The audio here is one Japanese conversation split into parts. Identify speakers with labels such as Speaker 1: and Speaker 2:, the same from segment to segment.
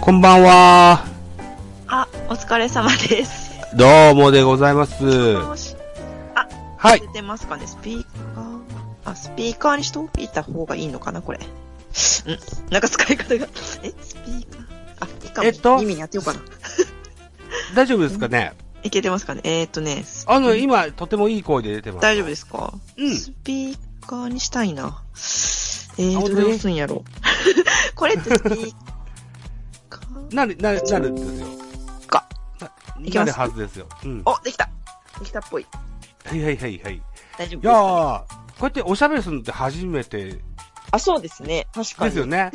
Speaker 1: こんばんは。
Speaker 2: あ、お疲れ様です。
Speaker 1: どうもでございます。
Speaker 2: もし
Speaker 1: はい。
Speaker 2: 出てますかね、スピーカー。あ、スピーカーにしといた方がいいのかな、これ。うん、なんか使い方が。え、スピーカー。あ、いいかも。
Speaker 1: えっと
Speaker 2: 耳にやってようかな。
Speaker 1: 大丈夫ですかね
Speaker 2: いけてますかねえー、っとね、ス
Speaker 1: あの、今、とてもいい声で出てます。
Speaker 2: 大丈夫ですか
Speaker 1: うん
Speaker 2: スピーカーにしたいな。えー、
Speaker 1: あ
Speaker 2: と
Speaker 1: 本当に
Speaker 2: どうすんやろ。 これってスピーカー
Speaker 1: なる、なる、なるんですよ。
Speaker 2: か
Speaker 1: な。
Speaker 2: いき
Speaker 1: な
Speaker 2: ます
Speaker 1: るはずですよ。うん。は
Speaker 2: お、できたできたっぽい。
Speaker 1: いはいはいはい。い
Speaker 2: 大丈夫
Speaker 1: や
Speaker 2: ですかね、
Speaker 1: ー、こうやっておしゃべりするのって初めて
Speaker 2: あ、そうですね。確
Speaker 1: で
Speaker 2: かに。
Speaker 1: すよ ね。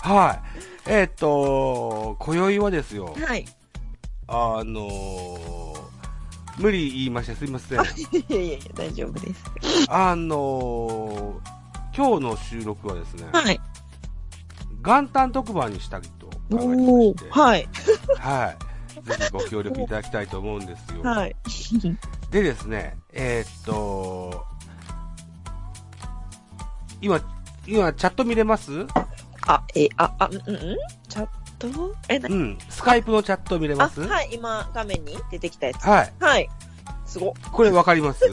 Speaker 1: はい。えーっと、今宵はですよ、
Speaker 2: はい。
Speaker 1: あのー、無理言いましてすいません。
Speaker 2: いやいやいや、大丈夫です。
Speaker 1: あのー、今日の収録はですね、
Speaker 2: はい。
Speaker 1: 元旦特番にしたいと考えてまして、は
Speaker 2: はい。
Speaker 1: い、ぜひご協力いただきたいと思うんですよ。
Speaker 2: はい。
Speaker 1: でですね、えーっと、今、今、チャット見れます
Speaker 2: あ、え、あ、あ、うんうんチャットえ、な
Speaker 1: うん、スカイプのチャット見れ
Speaker 2: あ、
Speaker 1: ますはい、
Speaker 2: はい、今、画面に出てきたやつ。はい。すご。
Speaker 1: これわかります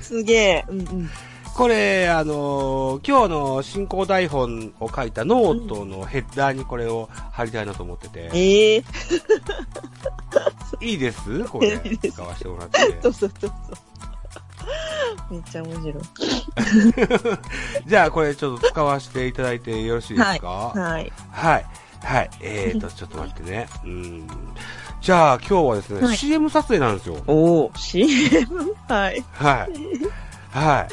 Speaker 2: すげえ。うんうん。
Speaker 1: これ、あのー今日の進行台本を書いたノートのヘッダーにこれを貼りたいなと思ってて、
Speaker 2: ええ
Speaker 1: いいですこれ
Speaker 2: いい、です
Speaker 1: 使わせてもら って。
Speaker 2: そうそうそうそう。めっちゃ面白い。
Speaker 1: じゃあ、これちょっと使わせていただいてよろしいですかはい。
Speaker 2: はい。
Speaker 1: はい。え ーと、ちょっと待ってね。うん。じゃあ、今日はですね、
Speaker 2: はい
Speaker 1: CM 撮影なんですよ。
Speaker 2: おー、CM? はい。
Speaker 1: はい。はい。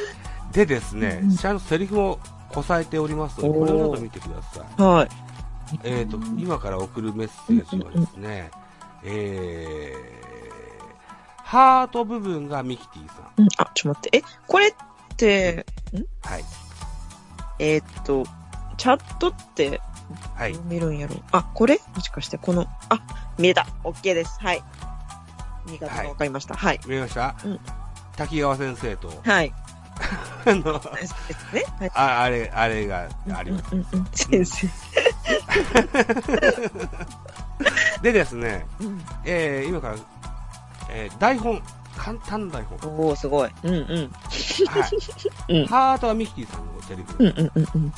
Speaker 1: でですね
Speaker 2: うん、
Speaker 1: ちゃんとセリフもこさえておりますので、これをちょっと見てください。
Speaker 2: はい。
Speaker 1: えーと、今から送るメッセージはですね、えー、ハート部分がミキティさん。
Speaker 2: うん、あ、ちょっと待って。え、これって、
Speaker 1: はい。
Speaker 2: えーっと、チャットって、
Speaker 1: はい。
Speaker 2: どう見るんやろあ、これもしかして、この、あ、見えた。OK です。はい。新潟がわかりました。はい。
Speaker 1: 見えました、
Speaker 2: うん
Speaker 1: 滝川先生と、
Speaker 2: はい。
Speaker 1: あの、
Speaker 2: ですね。はい。
Speaker 1: ああれ、あれがあります。
Speaker 2: うんうんうん先生。
Speaker 1: でですね、えー、今から、えー、台本、簡単台 本。
Speaker 2: おおすごい。うんうん。
Speaker 1: はい。
Speaker 2: うん
Speaker 1: ハートはミキティさんのセリ
Speaker 2: うん
Speaker 1: フ。
Speaker 2: うんうんうん。うん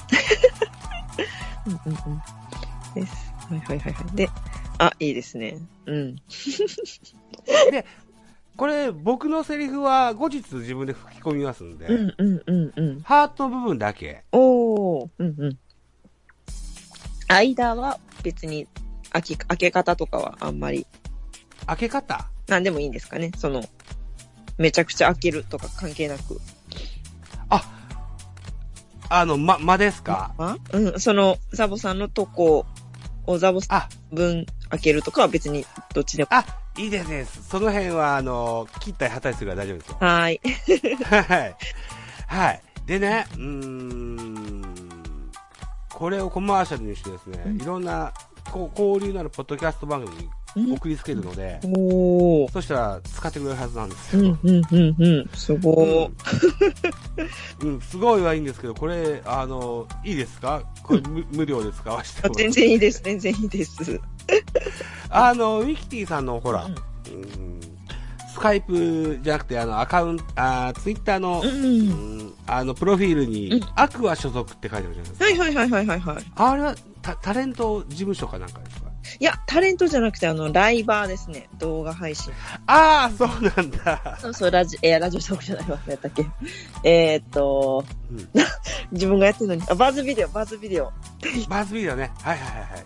Speaker 2: うんうん。です。はいはいはいはい。で、あ、いいですね。うん。
Speaker 1: これ、僕のセリフは後日自分で吹き込みますんで、
Speaker 2: うんうんうんうん。
Speaker 1: ハートの部分だけ。
Speaker 2: おおうんうん。間は別に開き、開け方とかはあんまり、
Speaker 1: 開け方
Speaker 2: なんでもいいんですかね。その、めちゃくちゃ開けるとか関係なく。
Speaker 1: あの、ま、間ですか
Speaker 2: あうん、その、ザボさんのとこをザボさ
Speaker 1: あ、
Speaker 2: ん分開けるとかは別にどっちでも。
Speaker 1: あ、いいですね。その辺は、あの、切ったりはたりするから大丈夫ですよ。
Speaker 2: はーい。
Speaker 1: はい。はい。でね、うーん、これをコマーシャルにしてですね、
Speaker 2: うん
Speaker 1: いろんなこう交流のあるポッドキャスト番組に送りつけるので、
Speaker 2: おお。
Speaker 1: そしたら使ってくれるはずなんです
Speaker 2: う
Speaker 1: よ。
Speaker 2: ん、うん、うん、うん。すご
Speaker 1: うん、うんすごいはいいんですけど、これ、あの、いいですかこれ無無料で使わせて
Speaker 2: い。
Speaker 1: もら
Speaker 2: 全
Speaker 1: って。
Speaker 2: 然いいです、全然いいです。
Speaker 1: あの、ウィキティさんのほら、
Speaker 2: うん
Speaker 1: うん、スカイプじゃなくて、あの、アカウント、あツイッター Twitter の
Speaker 2: う、。
Speaker 1: うんん、あの、プロフィールに、
Speaker 2: うん
Speaker 1: アクア所属って書いてあるじゃないですか。
Speaker 2: はいはいはいはいはいはい。
Speaker 1: あれはタタレント事務所かなんかですか
Speaker 2: いや、タレントじゃなくて、あの、ライバーですね。動画配信。
Speaker 1: ああ、そうなんだ。
Speaker 2: そうそう、ラジ、えーラジオトークじゃないわ。やったっけ。えーっと、
Speaker 1: うん
Speaker 2: 自分がやってるのに、あ、バズビデオ、バズビデオ。
Speaker 1: バズビーだね。はいはいはいはい。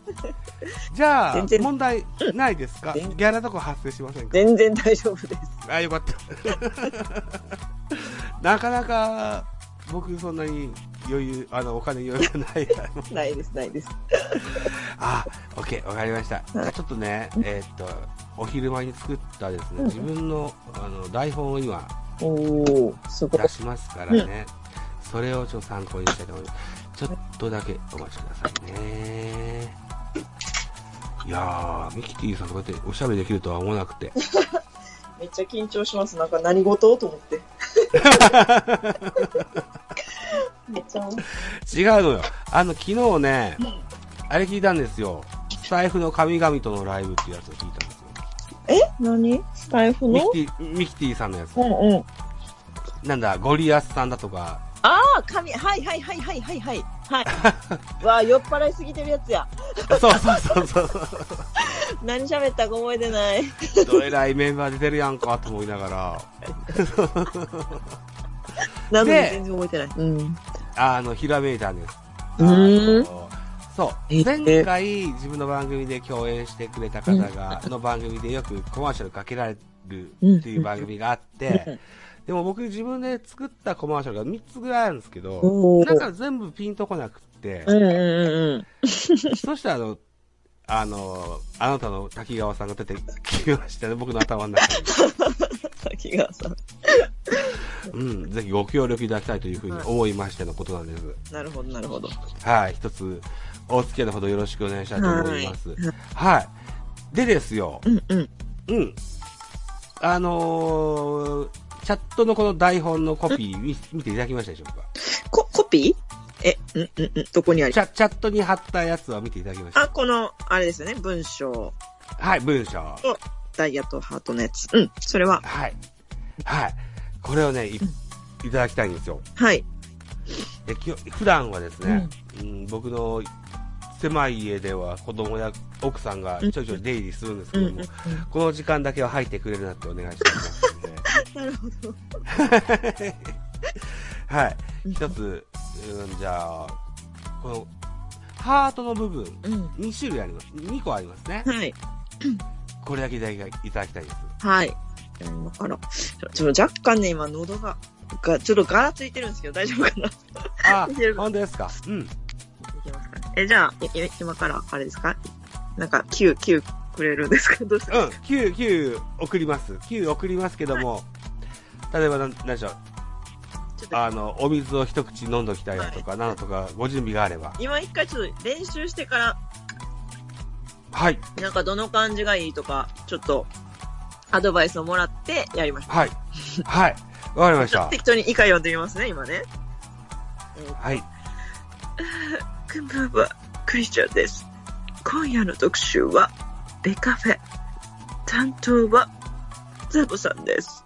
Speaker 1: じゃあ
Speaker 2: 全、然
Speaker 1: 問題ないですかギ
Speaker 2: 全然
Speaker 1: ャラとか発生しませんか
Speaker 2: 全然大丈夫です。
Speaker 1: あ、よかった。 なかなか、僕そんなに余裕、あの、お金余裕がない から。
Speaker 2: ないです、ないです。
Speaker 1: あ、オッケー、わかりました。じゃあちょっとね、えーっと、お昼間に作ったですね、
Speaker 2: うん
Speaker 1: 自分のあの台本を今
Speaker 2: おおすごい
Speaker 1: 出。しますからね、それをちょっと参考にしたいと思います。ちょっとだけお待ちくださいね。いやー、ミキティさんとこうやっておしゃべりできるとは思わなくて。
Speaker 2: めっちゃ緊張します。なんか何事と思って。 めっちゃ面白い。
Speaker 1: 違うのよ。あの、昨日ね、あれ聞いたんですよ。財布の神々とのライブっていうやつを聞いたんですよ。
Speaker 2: え何スタイフ
Speaker 1: ミ
Speaker 2: の
Speaker 1: キティ、ミキティさんのやつ
Speaker 2: う。んうん。
Speaker 1: なんだ、ゴリアスさんだとか、
Speaker 2: ああ、神、はいはいはいはいはいはい。 はい。わあ、酔っ払いすぎてるやつや。
Speaker 1: そうそうそうそうそう。
Speaker 2: 何喋ったか覚えてない。
Speaker 1: どえらいメンバー出てるやんかと思いながら、で
Speaker 2: なのに全然覚えてない。うん。
Speaker 1: あの、ひらめいたんです。
Speaker 2: うーん
Speaker 1: あのそう
Speaker 2: え。
Speaker 1: 前回、自分の番組で共演してくれた方が、の番組でよくコマーシャルかけられるっていう番組があって、でも僕自分で作ったコマーシャルが3つぐらいあるんですけど、
Speaker 2: お
Speaker 1: なん
Speaker 2: ー
Speaker 1: か全部ピンとこなくって
Speaker 2: う、んうんうんうん。
Speaker 1: そしたらあの、あの、あなたの滝川さんが出てきましたね、僕の頭の中に。
Speaker 2: 滝川さん。
Speaker 1: うん、ぜひご協力いただきたいというふうに思いましてのことなんです。
Speaker 2: なるほどなるほど。
Speaker 1: はい、一つ、お付き合いのほどよろしくお願いしたいと思います。はい。でですよ、
Speaker 2: うんうん。
Speaker 1: うん。あのー、チャットのこの台本のコピー見見ていただきましたでしょうか
Speaker 2: コ、コピーえ、うんうんうん。どこにある
Speaker 1: チャチャットに貼ったやつは見ていただきました。
Speaker 2: あ、この、あれですよね。文章、
Speaker 1: はい、文章。
Speaker 2: ダイヤとハートのやつ。うん。それは、
Speaker 1: はい。はい。これをね、いいただきたいんですよ。
Speaker 2: はい。
Speaker 1: えきょ普段はですね、うん、僕の狭い家では子供や奥さんがちょいちょい出入りするんですけども、この時間だけは入ってくれるなってお願いしてますので、
Speaker 2: なるほど。
Speaker 1: はい。
Speaker 2: うん
Speaker 1: 一つ、うん、じゃあ、この、ハートの部分、
Speaker 2: うん。
Speaker 1: 2種類あります。2個ありますね。
Speaker 2: はい。
Speaker 1: これだけいただきいただきたいです。
Speaker 2: はい。うんあら、ちょっと若干ね、今喉が、が、ちょっとガラついてるんですけど、大丈夫かない
Speaker 1: あ
Speaker 2: いける、
Speaker 1: 本当ですか。うん。
Speaker 2: けますかねえ、じゃあ、いい今から、あれですかなんか、9、9くれるんですかどうした
Speaker 1: うん、9、9送ります。9送りますけども、例えばなん、なんでしょう、
Speaker 2: ちょっと
Speaker 1: あの、お水を一口飲んどきたいなとか、なのとか、ご準備があれば。
Speaker 2: 今一回ちょっと練習してから、
Speaker 1: はい、
Speaker 2: なんかどの感じがいいとか、ちょっと、アドバイスをもらってやりましょ
Speaker 1: はい、はい、わかりま
Speaker 2: う。
Speaker 1: し
Speaker 2: ちょっ
Speaker 1: た。
Speaker 2: と適当に以下読んでみますね、今ね。
Speaker 1: はい、
Speaker 2: こんばんは、クリスチャンです。今夜の特集は、ベカフェ。担当は、ザボさんです。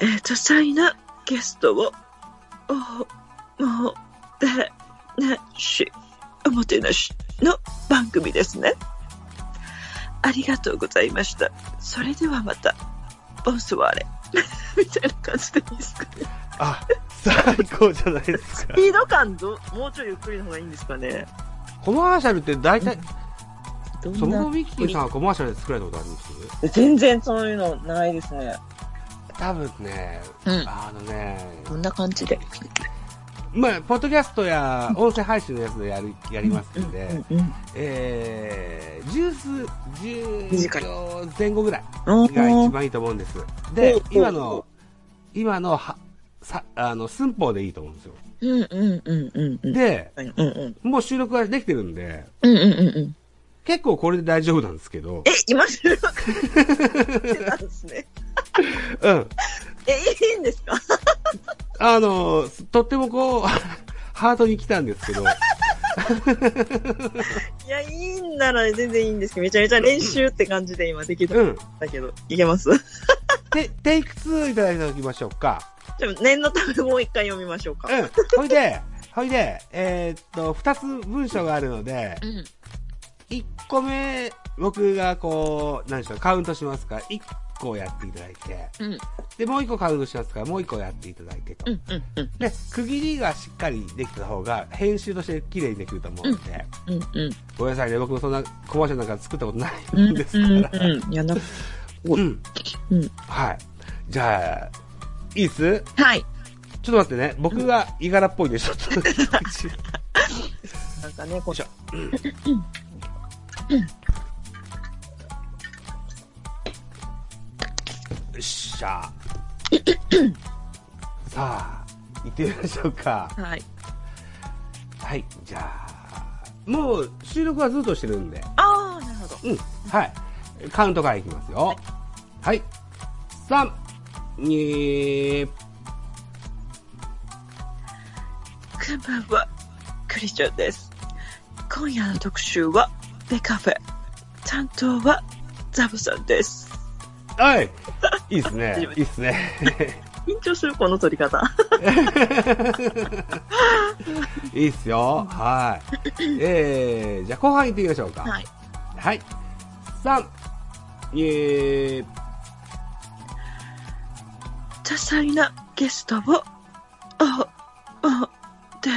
Speaker 2: えー、多彩なゲストを、お、も、て、なし、おもてなしの番組ですね。ありがとうございました。それではまた、ボンスワーレ。 みたいな感じでいいですかね。
Speaker 1: あ、最高じゃないです か
Speaker 2: ス。ピード感ど、もうちょいゆっくりの方がいいんですかね。
Speaker 1: コマーシャルって大体、
Speaker 2: ど
Speaker 1: そのミキティさんはコマーシャルで作られたことあります
Speaker 2: 全然そういうのないですね。
Speaker 1: 多分ね、
Speaker 2: うん
Speaker 1: あのね、
Speaker 2: こんな感じで。
Speaker 1: まあ、ポッドキャストや音声配信のやつでやる、やりますんで、
Speaker 2: うんうん。
Speaker 1: えー、ジュース
Speaker 2: 短い
Speaker 1: 10秒前後ぐらい
Speaker 2: お
Speaker 1: が一
Speaker 2: ー
Speaker 1: 番いいと思うんです。で
Speaker 2: おー、
Speaker 1: 今
Speaker 2: おー
Speaker 1: の、今のは、さ、あの、寸法でいいと思うんですよ。
Speaker 2: うんうんうんうんうん。
Speaker 1: で、
Speaker 2: うんうんうん
Speaker 1: もう収録ができてるんで、
Speaker 2: うんうんうん。
Speaker 1: 結構これで大丈夫なんですけど
Speaker 2: え、、今収録してたんですね。
Speaker 1: うん。
Speaker 2: え、いいんですか
Speaker 1: あの、とってもこう、 ハートに来たんですけど、
Speaker 2: いや、いいんなら全然いいんですけど、めちゃめちゃ練習って感じで今できた
Speaker 1: うんん。
Speaker 2: だけど、いけます
Speaker 1: て、テイク2いただいておきましょうか。
Speaker 2: ちょ、念のためもう一回読みましょうか。
Speaker 1: うん。ほいで、ほいで、えーっと、二つ文章があるので、
Speaker 2: うん。
Speaker 1: 一個目、僕がこう、何でしょう、カウントしますから、一個やっていただいて、
Speaker 2: うん。
Speaker 1: で、もう一個カウントしますから、もう一個やっていただいてと。
Speaker 2: うんうんうん。
Speaker 1: で、区切りがしっかりできた方が、編集として綺麗にできると思うので、
Speaker 2: うんうん。
Speaker 1: ごめんなさいね、僕もそんなコマーシャルなんか作ったことな
Speaker 2: う
Speaker 1: いん
Speaker 2: ん
Speaker 1: です
Speaker 2: う
Speaker 1: から。
Speaker 2: んうん。いや、なんかうん
Speaker 1: うん。
Speaker 2: うん
Speaker 1: はい。じゃあ、いいっす
Speaker 2: はい。
Speaker 1: ちょっと待ってね、僕がいがらっぽいんで、ちょっ と。
Speaker 2: なんかね、
Speaker 1: よ
Speaker 2: こ
Speaker 1: いしょよっし ゃさあ行ってみましょうか
Speaker 2: う。はい。
Speaker 1: はいじゃあもう収録はずっとしてるんで
Speaker 2: あー、なるほど。
Speaker 1: うんはいカウントからいきますよはい321
Speaker 2: ここんばんは、クリスチャンです。今夜の特集は、ベカフェ。担当は、ザボさんです。
Speaker 1: はい。いいですね。いいですね。
Speaker 2: 緊張する、この撮り方。
Speaker 1: いいっすよ。はい。えー、じゃあ後半行ってみましょうか。
Speaker 2: はい。
Speaker 1: はい。3、2、
Speaker 2: 多彩なゲストを、お、お、で、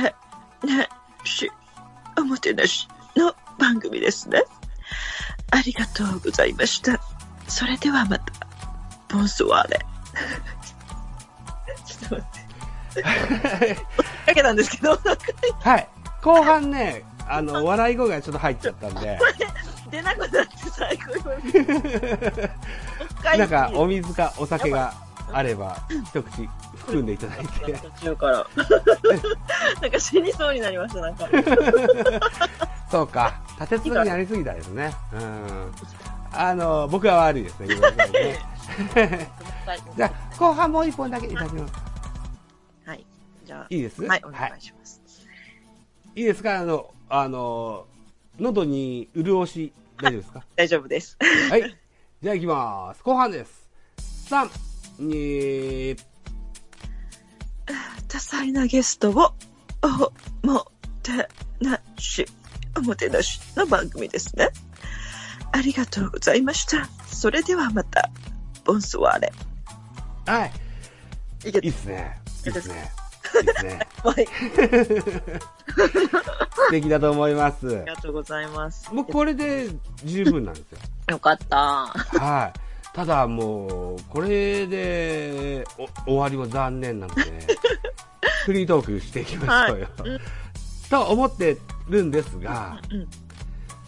Speaker 2: ね、し、おもてなしの番組ですね。ありがとうございました。それではまた、ボンソワーレ。 ちょっと待って、だけなんですけど、なんか
Speaker 1: はい。後半ね、あの、笑い声がちょっと入っちゃったんで、
Speaker 2: 出なくなって最後に。
Speaker 1: なんかお水かお酒があれば、一口含んでいただいて。
Speaker 2: 途中から。なんか死にそうになりました、なんか。
Speaker 1: そうか。立て続けになりすぎたですね。うん。あの、僕は悪いですね。ごめんなさい ねじゃあ、後半もう一本だけいただきます。
Speaker 2: はい。じゃあ、
Speaker 1: いいです
Speaker 2: はい、お願いします。
Speaker 1: いいですかあの、あの、喉に潤し、大丈夫ですか
Speaker 2: 大丈夫です。
Speaker 1: はい。じゃあ行きます。後半です。3、2、
Speaker 2: 多彩なゲストをおもてなし、おもてなしの番組ですね。ありがとうございました。それではまた、ボンスワーレ。
Speaker 1: はい。
Speaker 2: いけ
Speaker 1: いいっすね。いいっすね。いいっすね。
Speaker 2: はい。
Speaker 1: 素敵だと思います
Speaker 2: あり。がとうございます。
Speaker 1: もうこれで十分なんです よ。
Speaker 2: よかった。
Speaker 1: はい。ただもう、これでお終わりは残念なので、 フリートークしていきましょうよ。
Speaker 2: うん
Speaker 1: と思ってるんですが、
Speaker 2: うん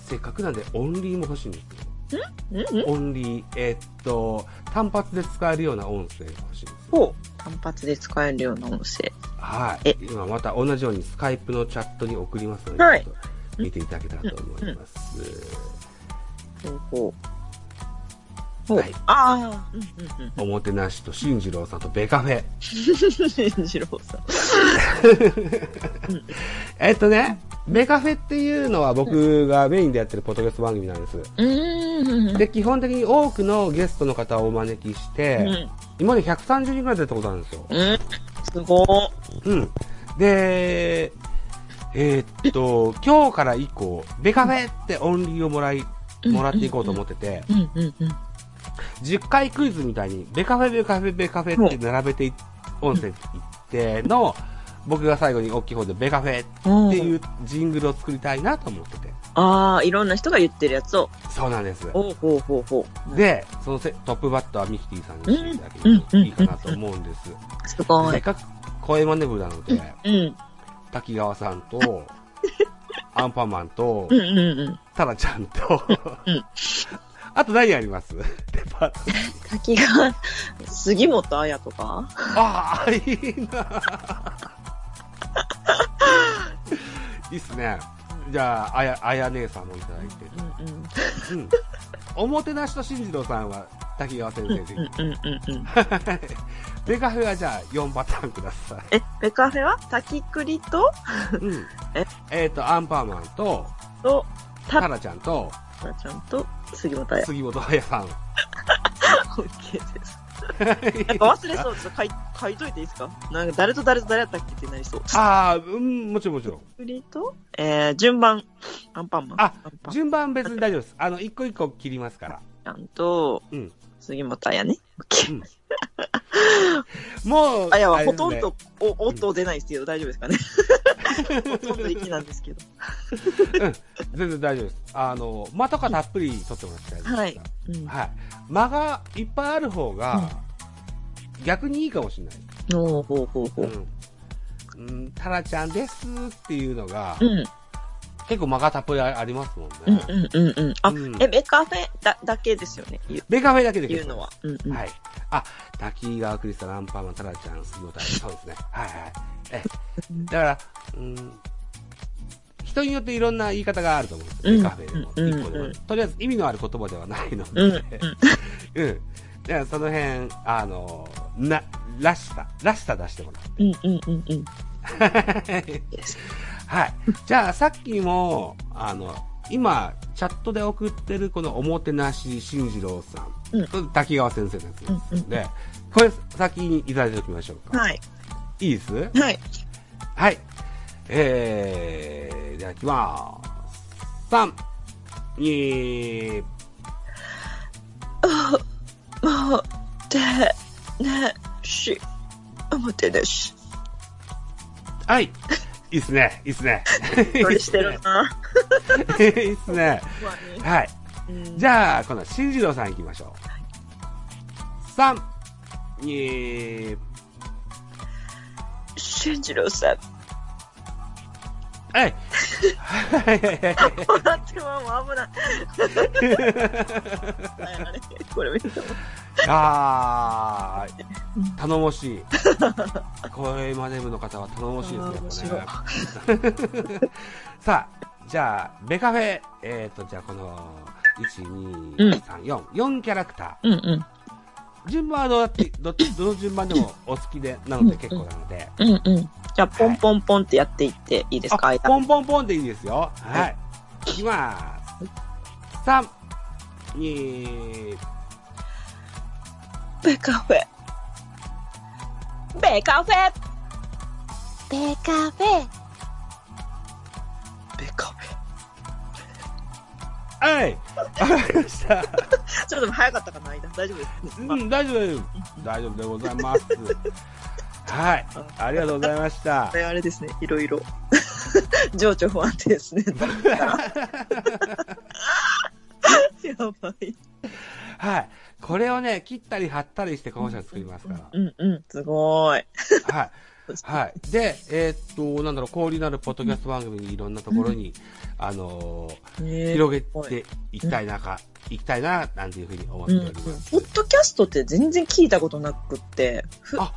Speaker 1: せっかくなんでオンリーも欲しいんですよ。
Speaker 2: うんうん。
Speaker 1: オンリー、えっと、単発で使えるような音声が欲しいんですよ。
Speaker 2: ほう。単発で使えるような音声。
Speaker 1: はい
Speaker 2: え。
Speaker 1: 今また同じようにスカイプのチャットに送りますので、
Speaker 2: はい
Speaker 1: ちょっと見ていただけたらと思います。
Speaker 2: ほうほう。ほう。
Speaker 1: はい
Speaker 2: ああ。うんうんうん。
Speaker 1: おもてなしと進次郎さんとベカフェ。
Speaker 2: 二郎さん。
Speaker 1: えっとね、ベカフェっていうのは僕がメインでやってるポッドキャスト番組なんです。
Speaker 2: うーん。
Speaker 1: で、基本的に多くのゲストの方をお招きして、
Speaker 2: うん
Speaker 1: 今まで130人くらい出たことあるんですよ。
Speaker 2: うん。すごー。
Speaker 1: うん。で、えーっと、今日から以降、ベカフェってオンリーをもらい、もらっていこうと思ってて、
Speaker 2: うんうんうん。
Speaker 1: 10回クイズみたいに、ベカフェ、ベカフェ、ベカフェって並べてい、音声いっての、僕が最後に大きい方でベカフェっていうジングルを作りたいなと思ってて。
Speaker 2: ああ、いろんな人が言ってるやつを。
Speaker 1: そうなんです。
Speaker 2: おうほうほうほう。
Speaker 1: で、そのせトップバッターはミキティさんにしていただけ
Speaker 2: うん
Speaker 1: るといいかなと思うんです。
Speaker 2: すご
Speaker 1: せっ
Speaker 2: い。
Speaker 1: かく声真似部なので、
Speaker 2: うん。
Speaker 1: 滝川さんと、アンパンマンと
Speaker 2: う、んうんうん。
Speaker 1: タラちゃんと
Speaker 2: うん、
Speaker 1: あと何やりますデパート。
Speaker 2: 滝が、杉本彩とか
Speaker 1: ああ、いいな。いいっすね。じゃあ、あや、あや姉さんもいただいて。
Speaker 2: うんうん。
Speaker 1: うん。おもてなしと新次郎さんは滝川先生で。
Speaker 2: うんうんうんうん。
Speaker 1: デカフェはじゃあ4パターンください。
Speaker 2: え、ベカフェは滝栗と、
Speaker 1: うん
Speaker 2: え
Speaker 1: えっ、と、アンパンマンと、
Speaker 2: と、
Speaker 1: タ
Speaker 2: タ
Speaker 1: ラちゃんと、
Speaker 2: ラちゃんと杉本彩。
Speaker 1: 杉本彩 さん。
Speaker 2: オッケーです。なんか忘れそうです。書い、書いといていいですかなんか誰と誰と誰やったっけってなりそう。
Speaker 1: ああ、うん、もちろんもちろん。
Speaker 2: 栗と、えー、順番、アンパンマン。
Speaker 1: あ
Speaker 2: アンパン
Speaker 1: 順番別に大丈夫です。あの、一個一個切りますから。
Speaker 2: マンと、
Speaker 1: うん
Speaker 2: 杉本彩ね。オッケー。
Speaker 1: もう、
Speaker 2: あ、いや、
Speaker 1: れ
Speaker 2: ほ
Speaker 1: ですね
Speaker 2: とんど、お、音出ないですけど、大丈夫ですかね。 ほとんど息なんですけど。
Speaker 1: 全然大丈夫です。あの、間とかたっぷり取ってもらって大丈夫ですから。
Speaker 2: うん。
Speaker 1: はい。間がいっぱいある方が、逆にいいかもしれない。
Speaker 2: おーほうほうほう。
Speaker 1: うん。うん、タラちゃんですっていうのが、
Speaker 2: うん、
Speaker 1: 結構間がたっぷりありますもん
Speaker 2: うん
Speaker 1: ね。、
Speaker 2: うん、うん、うん。あ
Speaker 1: う、ん
Speaker 2: え、ベカフェだ、だけですよね、言う
Speaker 1: ベカフェだけで
Speaker 2: 言うのは。うん、うん。
Speaker 1: はい。あ、滝川クリスタル、アンパンマン、タラちゃん、杉本彩そうですね。はいはい。ええ、だから、うん、人によっていろんな言い方があると思うんですよ、
Speaker 2: うん
Speaker 1: カフェでも、
Speaker 2: うん
Speaker 1: 一個でも
Speaker 2: うん
Speaker 1: とりあえず意味のある言葉ではないので、
Speaker 2: うん、うん。
Speaker 1: うん。だからその辺、あの、な、らしさ、らしさ出してもらう。
Speaker 2: うん、うん、うん、うん。
Speaker 1: はい。 じゃあ、さっきも、あの、今、チャットで送ってるこのおもてなし進次郎さん、
Speaker 3: うん
Speaker 1: と滝川先生のやつなんで、これ先にいただいておきましょうか。
Speaker 3: はい。
Speaker 1: いいです
Speaker 3: はい。
Speaker 1: はい。えー、じゃあ行きます。3、2、
Speaker 2: もてなし、おもてなし。
Speaker 1: はい。いいっすね。いいっすね。
Speaker 2: これしてる な。
Speaker 1: いいっすね。はい。
Speaker 2: うん
Speaker 1: じゃあ、今度は新次郎さん行きましょう。3、2、
Speaker 2: 俊次 郎さん。
Speaker 1: はい。 はいはいはいはい
Speaker 2: もらってはもう危ない。あれこれ見ても
Speaker 1: あー、頼もしい。声マネ部の方は頼もしいですね。
Speaker 2: あ
Speaker 1: これね さあ、じゃあ、ベカフェ、えっ、ー、と、じゃあこの、1、
Speaker 3: うん
Speaker 1: 2、3、4、4キャラクタ
Speaker 3: うんうん。
Speaker 1: ー。順番はどうやって、どっち、どの順番でもお好きで、なので結構なので。
Speaker 3: うんうん。じゃあ、ポンポンポンってやっていっていいですか
Speaker 1: あ
Speaker 3: 間
Speaker 1: ポンポンポンでいいですよ。はい。いきます。3、2、
Speaker 2: ベカフェ。ベカフェ
Speaker 4: ベカフェ
Speaker 2: ベカフ
Speaker 1: はい。わかりました。
Speaker 2: ェ。ちょっと早かったかな間大丈夫です。
Speaker 1: う
Speaker 2: ま
Speaker 1: ん、大丈夫です。大丈夫でございます。はい。ありがとうございました
Speaker 2: あ、。あれですね、いろい ろ。情緒不安定で すね。やばい。
Speaker 1: はい。これをね、切ったり貼ったりして、この社作りますか
Speaker 2: うんうん、すごーい。
Speaker 1: ら。はい。はい。で、えーっと、なんだろう、氷のあるポッドキャスト番組にいろんなところに、あのー
Speaker 2: ねえ
Speaker 1: 広げていきたいなか、いきたいな、なんていうふうに思っております。
Speaker 2: ポッドキャストって全然聞いたことなくって、ふ
Speaker 1: あ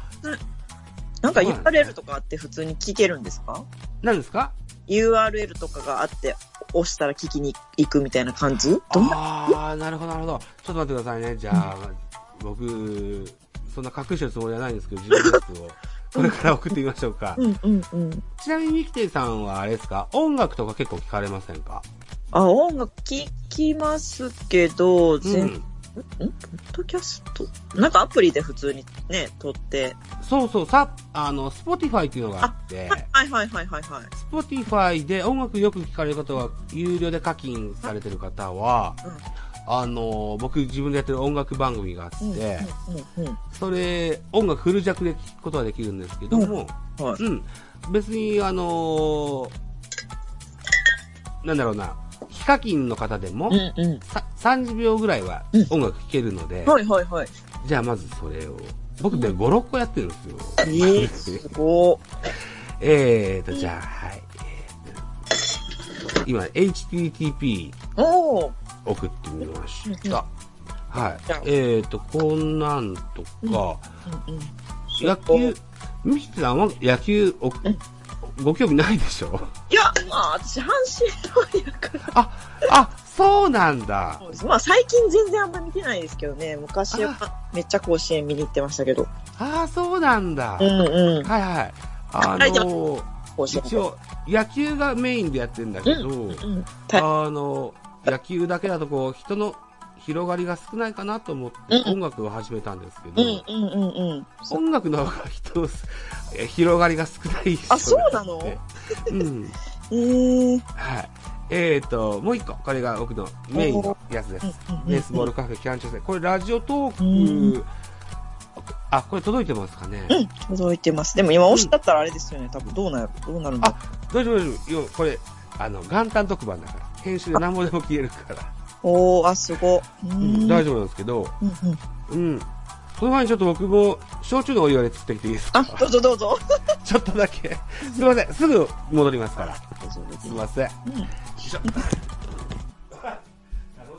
Speaker 2: なんか URL とかあって普通に聞けるんですか
Speaker 1: 何ですか
Speaker 2: ?URL とかがあって押したら聞きに行くみたいな感じどんな
Speaker 1: ああ、なるほど、なるほど。ちょっと待ってくださいね。じゃあ、僕、そんな隠してるつもりはないんですけど、自分のやつを、これから送ってみましょうか。
Speaker 2: うんうんうん。
Speaker 1: ちなみにミキティさんはあれですか音楽とか結構聞かれませんか
Speaker 2: あ、音楽聞きますけど、
Speaker 1: う
Speaker 2: 全、ん、ポッ
Speaker 1: ん。
Speaker 2: ドキャストなんかアプリで普通にね、撮って。
Speaker 1: そうそう、さ、あの、Spotify っていうのがあって、
Speaker 2: はいはいはいはいはい。
Speaker 1: Spotify で音楽よく聞かれる方は、有料で課金されてる方は、あの、僕自分でやってる音楽番組があって、
Speaker 2: うんうんうん
Speaker 1: それ、音楽フル弱で聞くことはできるんですけども、
Speaker 2: うんはい
Speaker 1: うん。別に、あのーなんだろうな、非課金の方でも、
Speaker 2: うんうん
Speaker 1: さ30秒ぐらいは
Speaker 2: うん
Speaker 1: 音楽聴けるので、
Speaker 2: はいはいはい。
Speaker 1: じゃあまずそれを。僕ね、5、6個やってるんですよ。
Speaker 2: えー、すご
Speaker 1: えーと、じゃあ、はい。えーと今、http
Speaker 2: ー。おー。
Speaker 1: 送ってみまし
Speaker 2: うん
Speaker 1: た。はい
Speaker 2: じゃあ。
Speaker 1: えーと、こんなんとか、
Speaker 2: うんうん
Speaker 1: 野球、ミキさんは野球お、ご興味ないでしょ
Speaker 2: いや、まあ、私、阪神ファンやから。
Speaker 1: あ、あ、そうなんだ。
Speaker 2: まあ、最近全然あんま見てないですけどね。昔はめっちゃ甲子園見に行ってましたけど。
Speaker 1: ああ、そうなんだ。
Speaker 2: うん
Speaker 1: はい
Speaker 2: うん。
Speaker 1: はい。あ
Speaker 2: はいじゃあ
Speaker 1: のー、
Speaker 2: 甲子園。
Speaker 1: 一応、野球がメインでやってんだけど、
Speaker 2: うん。た
Speaker 1: あの、野球だけだとこう、人の広がりが少ないかなと思って
Speaker 2: うん
Speaker 1: 音楽を始めたんですけ
Speaker 2: う
Speaker 1: ど、
Speaker 2: んうんうんうん。そう
Speaker 1: 音楽の方が人のす、え広がりが少ない人
Speaker 2: あそうなの
Speaker 1: が多くてうん。
Speaker 2: えー。
Speaker 1: はい。えーと、もう一個、これが僕のメインのやつです。ベースボールカフェキャンチャーこれラジオトーク、あ、これ届いてますかね、
Speaker 2: うん、届いてます。でも今押しだったらあれですよね。多分どうなる、どうなるんだろ
Speaker 1: 大丈夫大丈夫。よこれ、あの、元旦特番だから、編集で何もでも消えるから、
Speaker 2: う。おー、あ、すご。う
Speaker 1: うん
Speaker 2: ん
Speaker 1: 大丈夫なんですけど、
Speaker 2: うんうん。
Speaker 1: うん。その前にちょっと僕も、焼酎のお湯割り作ってきていいです
Speaker 2: あ
Speaker 1: か、
Speaker 2: どうぞどうぞ。
Speaker 1: ちょっとだけ。すいません。すぐ戻りますから。
Speaker 2: 大丈夫です
Speaker 1: いません。
Speaker 2: うん
Speaker 1: よいしょ楽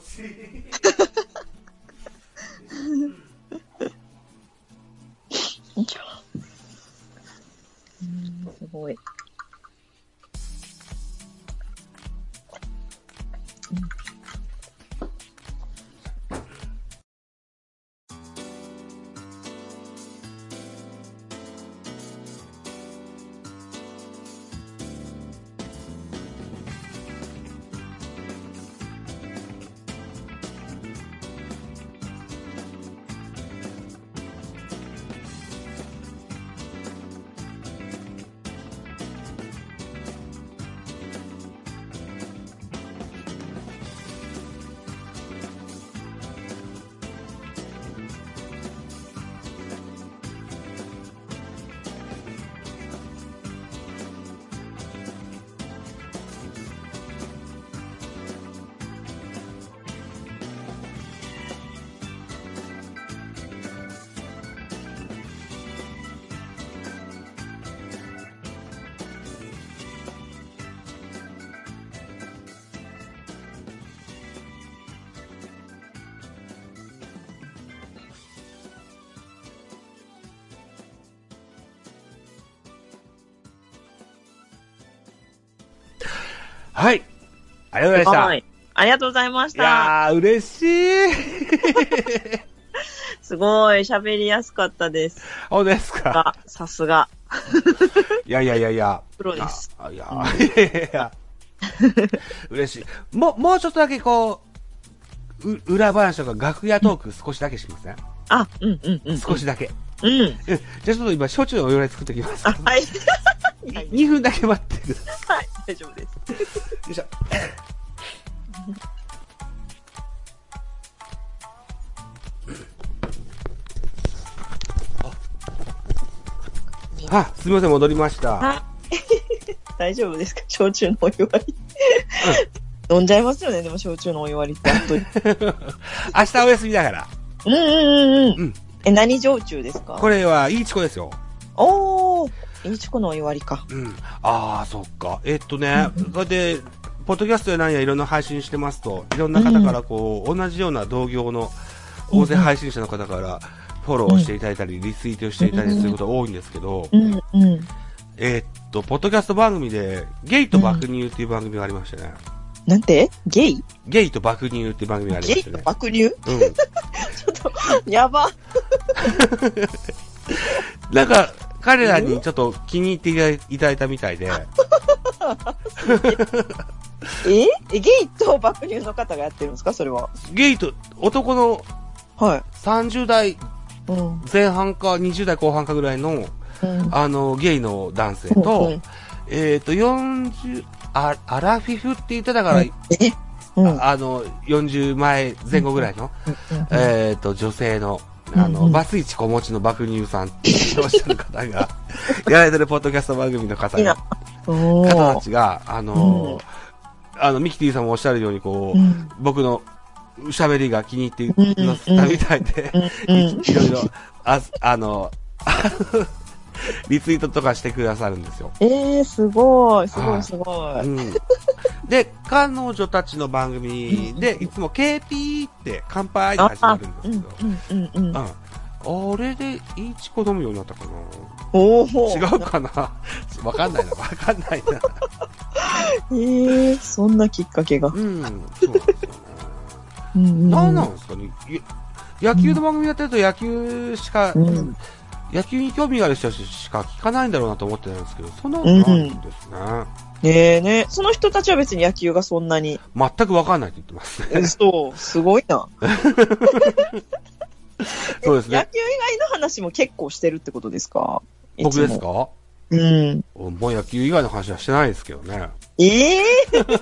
Speaker 1: しい。
Speaker 2: す。すごい。
Speaker 1: はい。はい。ありがとうございました。
Speaker 2: はいい。ありがとうございました。
Speaker 1: やー、嬉しい。
Speaker 2: すごい、喋りやすかったです。
Speaker 1: ほんとですか。
Speaker 2: が、さすが、
Speaker 1: いやいやいやいや。
Speaker 2: プロです。
Speaker 1: あいや、いやいやい や。嬉しい。もう、もうちょっとだけこう、う裏話とか楽屋トーク少しだけしません、
Speaker 2: あ、うん、うん、うん。
Speaker 1: 少しだけ。 うん
Speaker 2: うん。
Speaker 1: じゃあちょっと今、焼酎のお祝い作ってきます。
Speaker 2: あ、はい。はい
Speaker 1: 2分だけ待ってください。
Speaker 2: はい、 大丈夫です。
Speaker 1: よいしょ。あ、すみません、戻りました。
Speaker 2: 大丈夫ですか焼酎のお湯割り。飲んじゃいますよね、でも焼酎のお湯割りって、本当に。
Speaker 1: 明日お休みだから。
Speaker 2: うんうんうん
Speaker 1: う
Speaker 2: うんん。え、何焼酎ですか
Speaker 1: これは、いいチコですよ。
Speaker 2: おー、いいチコのお湯割りか。
Speaker 1: うん。ああ、そっか。えっとね、それで、ポッドキャストやなんやいろんな配信してますと、いろんな方からこう、同じような同業の大勢配信者の方から、フォローしていただいたり、リツイートしていただいたりすることが多いんですけど、
Speaker 2: うんうん。
Speaker 1: えーっと、ポッドキャスト番組で、ゲイと爆乳っていう番組がありましたね。
Speaker 2: なんてゲイ
Speaker 1: ゲイと爆乳っていう番組がありま
Speaker 2: ゲイ
Speaker 1: した
Speaker 2: と
Speaker 1: ね。
Speaker 2: 爆乳
Speaker 1: う
Speaker 2: やば。
Speaker 1: ん。なんか、彼らにちょっと気に入っていただいいただいたみたいで、
Speaker 2: ええゲイと爆乳の方がやってるんですかそれは。
Speaker 1: ゲイと男の
Speaker 2: は
Speaker 1: 30代
Speaker 2: い。うん。
Speaker 1: 前半か20代後半かぐらいの、
Speaker 2: うん
Speaker 1: あの、ゲイの男性
Speaker 2: う
Speaker 1: と
Speaker 2: ん、
Speaker 1: えーっと、40、あアラフィフって言ってたから、
Speaker 2: えうん。うん
Speaker 1: ああの、40前前後ぐらいの、えー、と、女性の、あの、
Speaker 2: うんうん
Speaker 1: バツイチ子持ちの爆乳さんっていう視聴者の 方が、やられてるポッドキャスト番組の方
Speaker 2: いいな
Speaker 1: が、
Speaker 2: お
Speaker 1: 方た
Speaker 2: ー
Speaker 1: ちが、あのー、あの、ミキティさんもおっしゃるように、こう、
Speaker 2: うん
Speaker 1: 僕の喋りが気に入ってくださったみたいで、
Speaker 2: うんうん
Speaker 1: いろいろ、あ、あの、 リツイートとかしてくださるんですよ。
Speaker 2: えー、すごい、すご
Speaker 1: はい
Speaker 2: い、すご
Speaker 1: う
Speaker 2: い。
Speaker 1: ん。で、彼女たちの番組で、いつも KP って乾杯って始まるんです
Speaker 2: う
Speaker 1: け
Speaker 2: ん
Speaker 1: ど、
Speaker 2: うんうんうん。
Speaker 1: うん。あれで、いいチコ飲むようになったかな
Speaker 2: おお。
Speaker 1: 違うかな わかんないな、わかんないな。
Speaker 2: ええそんなきっかけが。
Speaker 1: うん、そうなんですよね。
Speaker 2: うんうん
Speaker 1: 何なんですかねや野球の番組やってると野球しか、
Speaker 2: うん
Speaker 1: 野球に興味がある人しか聞かないんだろうなと思ってたんですけど、そんなことないんですね。
Speaker 2: ねえねえ。その人たちは別に野球がそんなに。
Speaker 1: 全くわかんないって言ってますね。
Speaker 2: そう、すごいな。
Speaker 1: そうです
Speaker 2: 野
Speaker 1: ね。
Speaker 2: 球以外の話も結構してるってことですか
Speaker 1: 僕です
Speaker 2: か
Speaker 1: か
Speaker 2: うん。
Speaker 1: もう野球以外の話はしてないですけどね。
Speaker 2: ええなる不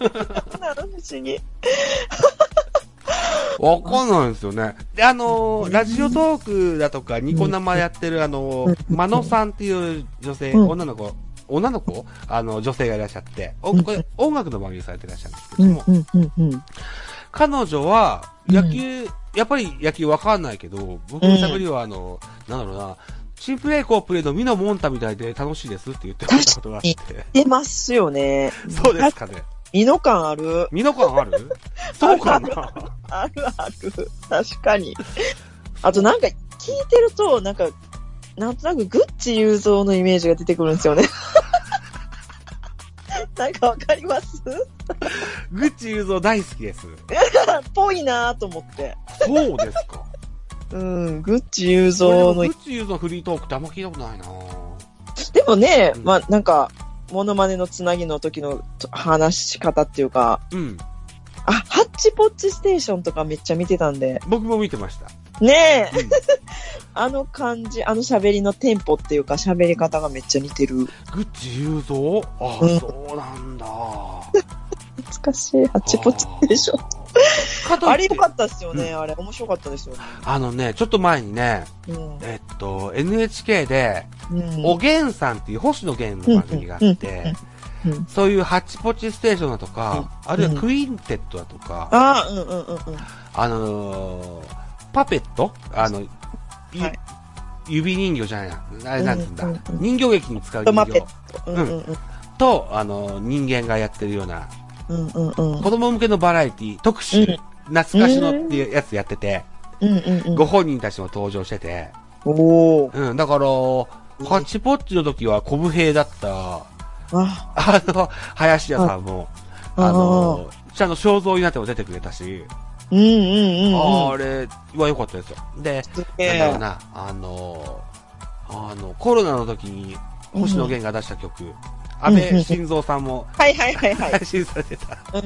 Speaker 2: 思議。
Speaker 1: わかんないですよね。で、あのーラジオトークだとか、ニコ生やってる、あのー
Speaker 2: うん
Speaker 1: まのさんっていう女性、
Speaker 2: うん
Speaker 1: 女の子、女の子あの、女性がいらっしゃって、おこれ音楽の番組されてらっしゃるんですけども、
Speaker 2: んうんうん。
Speaker 1: 彼女は、野球、やっぱり野球わかんないけど、僕の喋りはあの、なんだろうな、チームプレイコープレイのミノモンタみたいで楽しいですって言ってもらったことがあって。
Speaker 2: 出ますよね。
Speaker 1: そうですかね。
Speaker 2: 身の感ある。
Speaker 1: ミノ感あ るそうかな
Speaker 2: あるある。確かに。あとなんか、聞いてると、なんか、なんとなくグッチ雄三のイメージが出てくるんですよね。 なんかわかります
Speaker 1: グッチ雄三大好きです。
Speaker 2: ぽいなぁと思って。
Speaker 1: そうですか。
Speaker 2: うん、グッチ雄三
Speaker 1: こ
Speaker 2: の
Speaker 1: れでもグ。ッチユーズのフリートークってあんま聞いたことないな
Speaker 2: でもね、
Speaker 1: うん
Speaker 2: まあなんか、モノマネのつなぎの時のと話し方っていうか、
Speaker 1: うん。
Speaker 2: あ、ハッチポッチステーションとかめっちゃ見てたんで、
Speaker 1: 僕も見てました。
Speaker 2: ね え、
Speaker 1: うん
Speaker 2: あの感じ、あの喋りのテンポっていうか喋り方がめっちゃ似てる。
Speaker 1: グッチ雄三ああ、
Speaker 2: うん
Speaker 1: そうなんだ。
Speaker 2: 懐かしい。ハッチポッチステーション。
Speaker 1: かと
Speaker 2: あ
Speaker 1: い
Speaker 2: れ
Speaker 1: って
Speaker 2: 良かったっすよね、あれ。面白かったですよね。
Speaker 1: あのね、ちょっと前にね、
Speaker 2: うん。
Speaker 1: えっと、NHK で、
Speaker 2: うん
Speaker 1: おげんさんっていう星野源の番組があって、
Speaker 2: うんうんうん
Speaker 1: そういうハッチポッチステーションだとか、あるいはクインテットだとか、
Speaker 2: ああ、うんうんうんうん。
Speaker 1: あのーパペットあの、ゆ
Speaker 2: はい
Speaker 1: 指人形じゃないな。あれなんつうんだ。
Speaker 2: うんうんうん
Speaker 1: 人形劇に使う人
Speaker 2: マペ
Speaker 1: 形
Speaker 2: ッうんうん
Speaker 1: と、あのー人間がやってるような、
Speaker 2: うん。うんうんうん。
Speaker 1: 子供向けのバラエティ特集、
Speaker 2: うん
Speaker 1: 懐かしのっていうやつやってて、
Speaker 2: うんうんう
Speaker 1: ご
Speaker 2: ん。
Speaker 1: 本人たちも登場してて、
Speaker 2: おー。
Speaker 1: うん、だから、ハッチポッチの時はコブ兵だった、
Speaker 2: あ、
Speaker 1: あの、林家さんも、あの、ちゃんと肖像になっても出てくれたし、
Speaker 2: うんうんうんうん。
Speaker 1: あれは良かったですよ。で、
Speaker 2: すげ
Speaker 1: なんだろう
Speaker 2: え。
Speaker 1: な、あの、あの、コロナの時に星野源が出した曲、安倍晋三さんも
Speaker 2: はいはいはいはい。
Speaker 1: 配信されてた
Speaker 2: うん、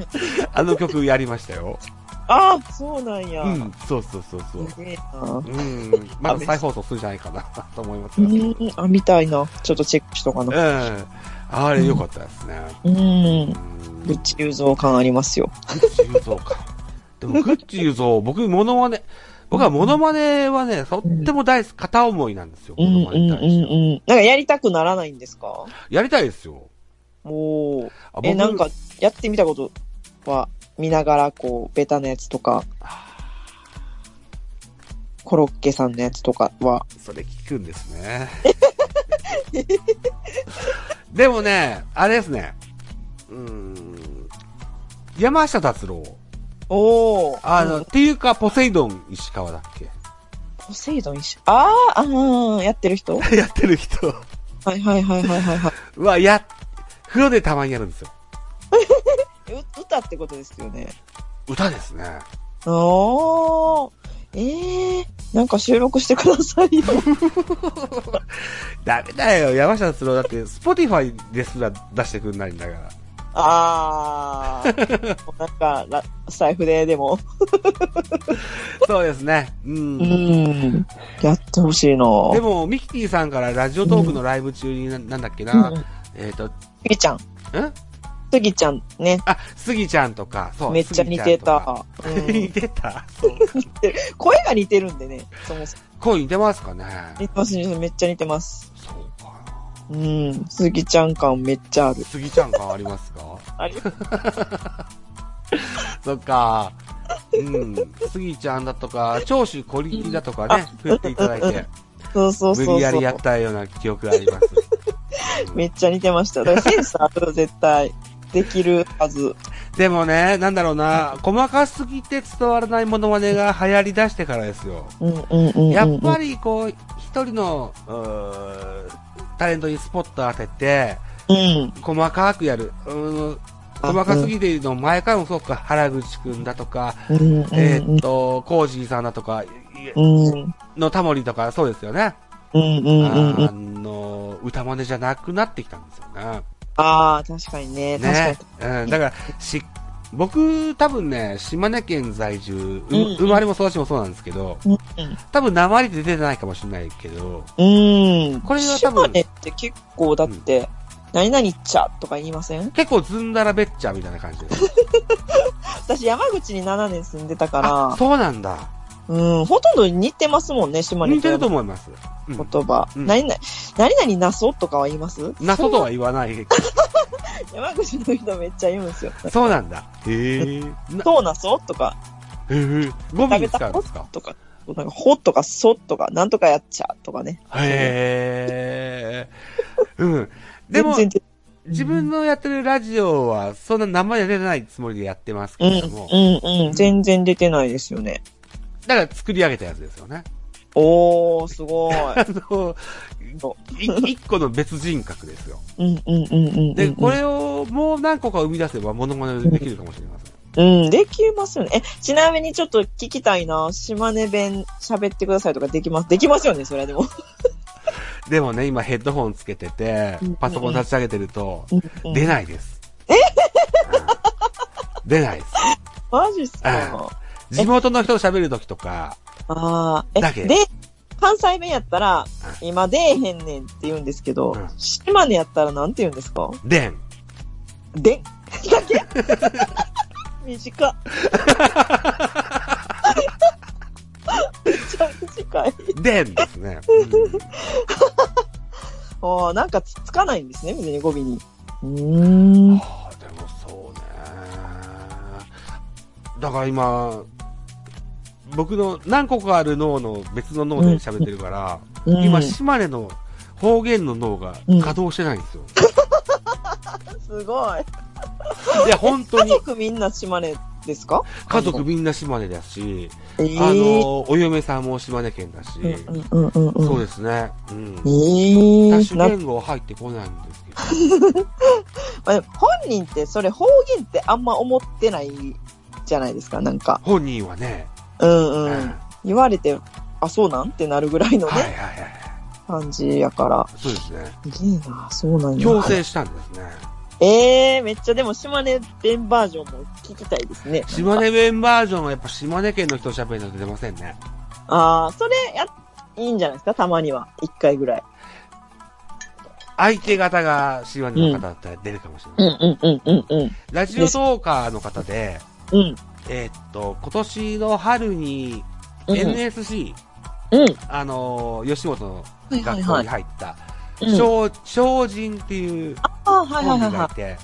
Speaker 1: あの曲やりましたよ。
Speaker 2: ああ、そうなんや。
Speaker 1: うん、そうそうそうそう。
Speaker 2: すげえな。
Speaker 1: うん、まだ再放送するんじゃないかなと思います
Speaker 2: う
Speaker 1: が。うん、
Speaker 2: ん、あ、みたいな。ちょっとチェックしとかな。
Speaker 1: あれ良かったですね。
Speaker 2: うん。
Speaker 1: うん
Speaker 2: ぶっち雄三感ありますよ。
Speaker 1: グッチ雄三か。でも、グッチ雄三、僕、モノマネ、僕はモノマネはね、とっても大好き、片思いなんですよ、
Speaker 2: う
Speaker 1: モ
Speaker 2: ん
Speaker 1: ノ
Speaker 2: う
Speaker 1: マ
Speaker 2: ん
Speaker 1: ネ
Speaker 2: うん
Speaker 1: に対しては
Speaker 2: うん。なんかやりたくならないんですか
Speaker 1: やりたいですよ。
Speaker 2: おー。
Speaker 1: あ僕
Speaker 2: え、なんか、やってみたことは、見ながら、こう、ベタなやつとか、コロッケさんのやつとかは、
Speaker 1: それ聞くんですね。 でもね、あれですね。うーん。山下達郎。
Speaker 2: おー、
Speaker 1: あの、
Speaker 2: うん
Speaker 1: っていうか、ポセイドン石川だっけ
Speaker 2: ポセイドン一緒。あー、あのー、 やってる人は
Speaker 1: やってる人。
Speaker 2: いはいはいはいはいは
Speaker 1: うわ、や、風呂でたまにやるんですよ。
Speaker 2: い。う歌ってことですよね。
Speaker 1: 歌ですね。
Speaker 2: おー、えー、なんか収録してくださいよ。
Speaker 1: ダメだよ、山下達郎だって、スポティファイですら出してくんないんだから。
Speaker 2: あー、もうなんか、ラ財布ででも。
Speaker 1: そうですね。うん。
Speaker 2: うん。やってほしいな
Speaker 1: で
Speaker 2: ぁ。
Speaker 1: も、ミキティさんからラジオトークのライブ中にな、なんだっけな、
Speaker 2: うん
Speaker 1: えっ、と、ん
Speaker 2: スギちゃん。スギちゃんね。
Speaker 1: あ、スギちゃんとか、そう。
Speaker 2: めっちゃ似てた。
Speaker 1: スギちゃんとか。
Speaker 2: うん
Speaker 1: 似てたそう。
Speaker 2: 声が似てるんでね。そもそも。
Speaker 1: 声似てますかね
Speaker 2: 似てます、似てますめっちゃ似てます。
Speaker 1: そうか
Speaker 2: うん。スギちゃん感めっちゃあ る
Speaker 1: な。。スギちゃん感ありますか
Speaker 2: あり
Speaker 1: そっか。うん。スギちゃんだとか、長州小力だとかね、振っていただいて、
Speaker 2: そうそう
Speaker 1: 無
Speaker 2: そう
Speaker 1: 理や
Speaker 2: そ
Speaker 1: り
Speaker 2: う
Speaker 1: や。ったような記憶があります。
Speaker 2: めっちゃ似てました。だからセンスあるよ、絶対。できるはず。
Speaker 1: でもね、なんだろうな、細かすぎて伝わらないモノマネが流行り出してからですよ。
Speaker 2: うんうんうん、うん。
Speaker 1: やっぱ
Speaker 2: り、
Speaker 1: りこう、一人の、うータレントにスポット当てて、
Speaker 2: うん。
Speaker 1: 細かくやる。うん細かすぎているの、前からもそうか、原口くんだとか、
Speaker 2: うんうんうん。
Speaker 1: えーっと、コージーさんだとか、い
Speaker 2: うん。うん
Speaker 1: のタモリとか、そうですよね。
Speaker 2: うんうんうんうん
Speaker 1: あ。の、歌真似じゃなくなってきたんですよね。
Speaker 2: ああ、確かにね。確かに
Speaker 1: ね。。うん、だから、し、僕、多分ね、島根県在住、う
Speaker 2: うん
Speaker 1: 生まれも育ちもそうなんですけど、
Speaker 2: うん
Speaker 1: 多分、鉛で出てないかもしれないけど、
Speaker 2: うん。
Speaker 1: これは多分
Speaker 2: 島根って結構だって、何々っちゃとか言いません
Speaker 1: 結構ずんだらべっちゃみたいな感じです。
Speaker 2: 私山口に7年住んでた
Speaker 1: あ
Speaker 2: か、
Speaker 1: そうなんだ。
Speaker 2: ら、うん、ほとんど似てますもんね、島根
Speaker 1: 似てると
Speaker 2: 言
Speaker 1: 思います。うん
Speaker 2: 葉。
Speaker 1: うん
Speaker 2: 何々、何々なそとかは言います
Speaker 1: 謎とは言わない。
Speaker 2: 山口の人めっちゃ言うんですよ。
Speaker 1: そうなんだ。へえ。な
Speaker 2: そうなそとか、
Speaker 1: へえ。語尾に使うんですか
Speaker 2: とか、なんかほとかそとか、なんとかやっちゃとかね。
Speaker 1: へえ。うん。でも、
Speaker 2: 全然
Speaker 1: 自分のやってるラジオは、そんな名前は出てないつもりでやってますけ
Speaker 2: 出
Speaker 1: れ
Speaker 2: て
Speaker 1: ども、
Speaker 2: うん、うん、うん、全然出てないですよね。
Speaker 1: だから作り上げたやつですよね。
Speaker 2: おー、すごい。
Speaker 1: あの、
Speaker 2: そ
Speaker 1: い一個の別人格ですよ。
Speaker 2: う。うん、うん、うん、うんうん。
Speaker 1: で、これをもう何個か生み出せばモノマネできるかもしれません。
Speaker 2: うん、できますよね。え、ちなみにちょっと聞きたいな。島根弁喋ってくださいとかできます。できますよね、それはでも。
Speaker 1: でもね、今ヘッドホンつけてて
Speaker 2: うん、
Speaker 1: パソコン立ち上げてると、
Speaker 2: うん
Speaker 1: 出ないです。うん出ないです。
Speaker 2: マジっす
Speaker 1: あ
Speaker 2: か
Speaker 1: 地元の人と喋るときとか、
Speaker 2: ああ、
Speaker 1: だ
Speaker 2: え、
Speaker 1: け
Speaker 2: で、関西弁やったら、今出えへんねんって言うんですけど、
Speaker 1: うん
Speaker 2: 島根やったらなんて言うんですか
Speaker 1: でん。
Speaker 2: でんだけ 短 っ。めっちゃ短い。
Speaker 1: でんです ね。
Speaker 2: ああ、なんかつつかないんですね、別に語尾に。うー
Speaker 1: うん
Speaker 2: ん。
Speaker 1: ああ、でもそうね。だから今、僕の何個かある脳の別の脳で喋ってるから、
Speaker 2: うん
Speaker 1: 今、
Speaker 2: す
Speaker 1: 島根の方言の脳が稼働してないんですよ。
Speaker 2: ごい。
Speaker 1: いや、本当
Speaker 2: 家
Speaker 1: に、
Speaker 2: 族みんな島根ですか
Speaker 1: 家族みんな島根だし、
Speaker 2: え
Speaker 1: あ
Speaker 2: ー、
Speaker 1: の、お嫁さんも島根県だし、
Speaker 2: うんうんうんうん。
Speaker 1: そうですね。うん。
Speaker 2: えー
Speaker 1: 多種
Speaker 2: な
Speaker 1: 言語入ってこないんですけど。
Speaker 2: まあでも本人ってそれ方言ってあんま思ってないじゃないですか、なんか。
Speaker 1: 本人はね、
Speaker 2: うん
Speaker 1: うん
Speaker 2: う
Speaker 1: はい
Speaker 2: ん。言われて、あ、そうなんってなるぐらいのね、
Speaker 1: はいはい。
Speaker 2: 感じやから。
Speaker 1: そうですね。
Speaker 2: いいな、そうなんや。
Speaker 1: 強制したんですね。
Speaker 2: ええー、めっちゃでも島根弁バージョンも聞きたいですね。
Speaker 1: 島根弁バージョンはやっぱ島根県の人喋るの出てませんね。
Speaker 2: ああ、それや、いいんじゃないですかたまには。一回ぐらい。
Speaker 1: 相手方が島根の方だったら出るかもしれない。
Speaker 2: うんうんうんうんうん。
Speaker 1: ラジオトーカーの方で、
Speaker 2: うん。
Speaker 1: えーっと、今年の春に
Speaker 2: うん
Speaker 1: NSC、
Speaker 2: うん。
Speaker 1: あのー吉本の
Speaker 2: はいはい
Speaker 1: 学校
Speaker 2: は
Speaker 1: に
Speaker 2: い。
Speaker 1: 入った、
Speaker 2: うん
Speaker 1: 精精進っていう
Speaker 2: ああ、はい
Speaker 1: コ
Speaker 2: はい
Speaker 1: ンビ
Speaker 2: はい
Speaker 1: がい
Speaker 2: は
Speaker 1: て、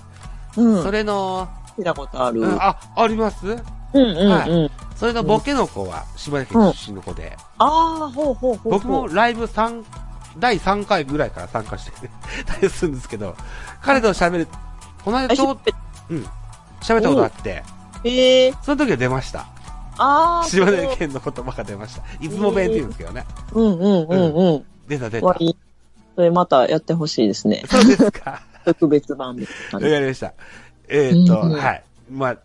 Speaker 2: い。うん。
Speaker 1: それの、
Speaker 2: 見たことある。う
Speaker 1: うんんあ、あります
Speaker 2: うんうん。
Speaker 1: はそれのボケの子は島根県出身の子で、
Speaker 2: ああ、ほうほうほうほう。
Speaker 1: 僕もライブ3、第3回ぐらいから参加して、 たりするんですけど、彼と喋る、この間
Speaker 2: あ、
Speaker 1: ちょうど
Speaker 2: ひっ
Speaker 1: 喋ったことあって、
Speaker 2: ぺええー。
Speaker 1: その時は出ました。
Speaker 2: ああ。
Speaker 1: 島根県の言葉が出ました。いつも弁って言うんですけどね。
Speaker 2: そう。うんうんうんうん。
Speaker 1: 出た出
Speaker 2: わ
Speaker 1: た、。
Speaker 2: いい。それまたやってほしいです ね。
Speaker 1: そうです か。
Speaker 2: 特別版みた
Speaker 1: わ
Speaker 2: い
Speaker 1: か
Speaker 2: な。
Speaker 1: りました。えーっと、
Speaker 2: うん
Speaker 1: はい。まあ、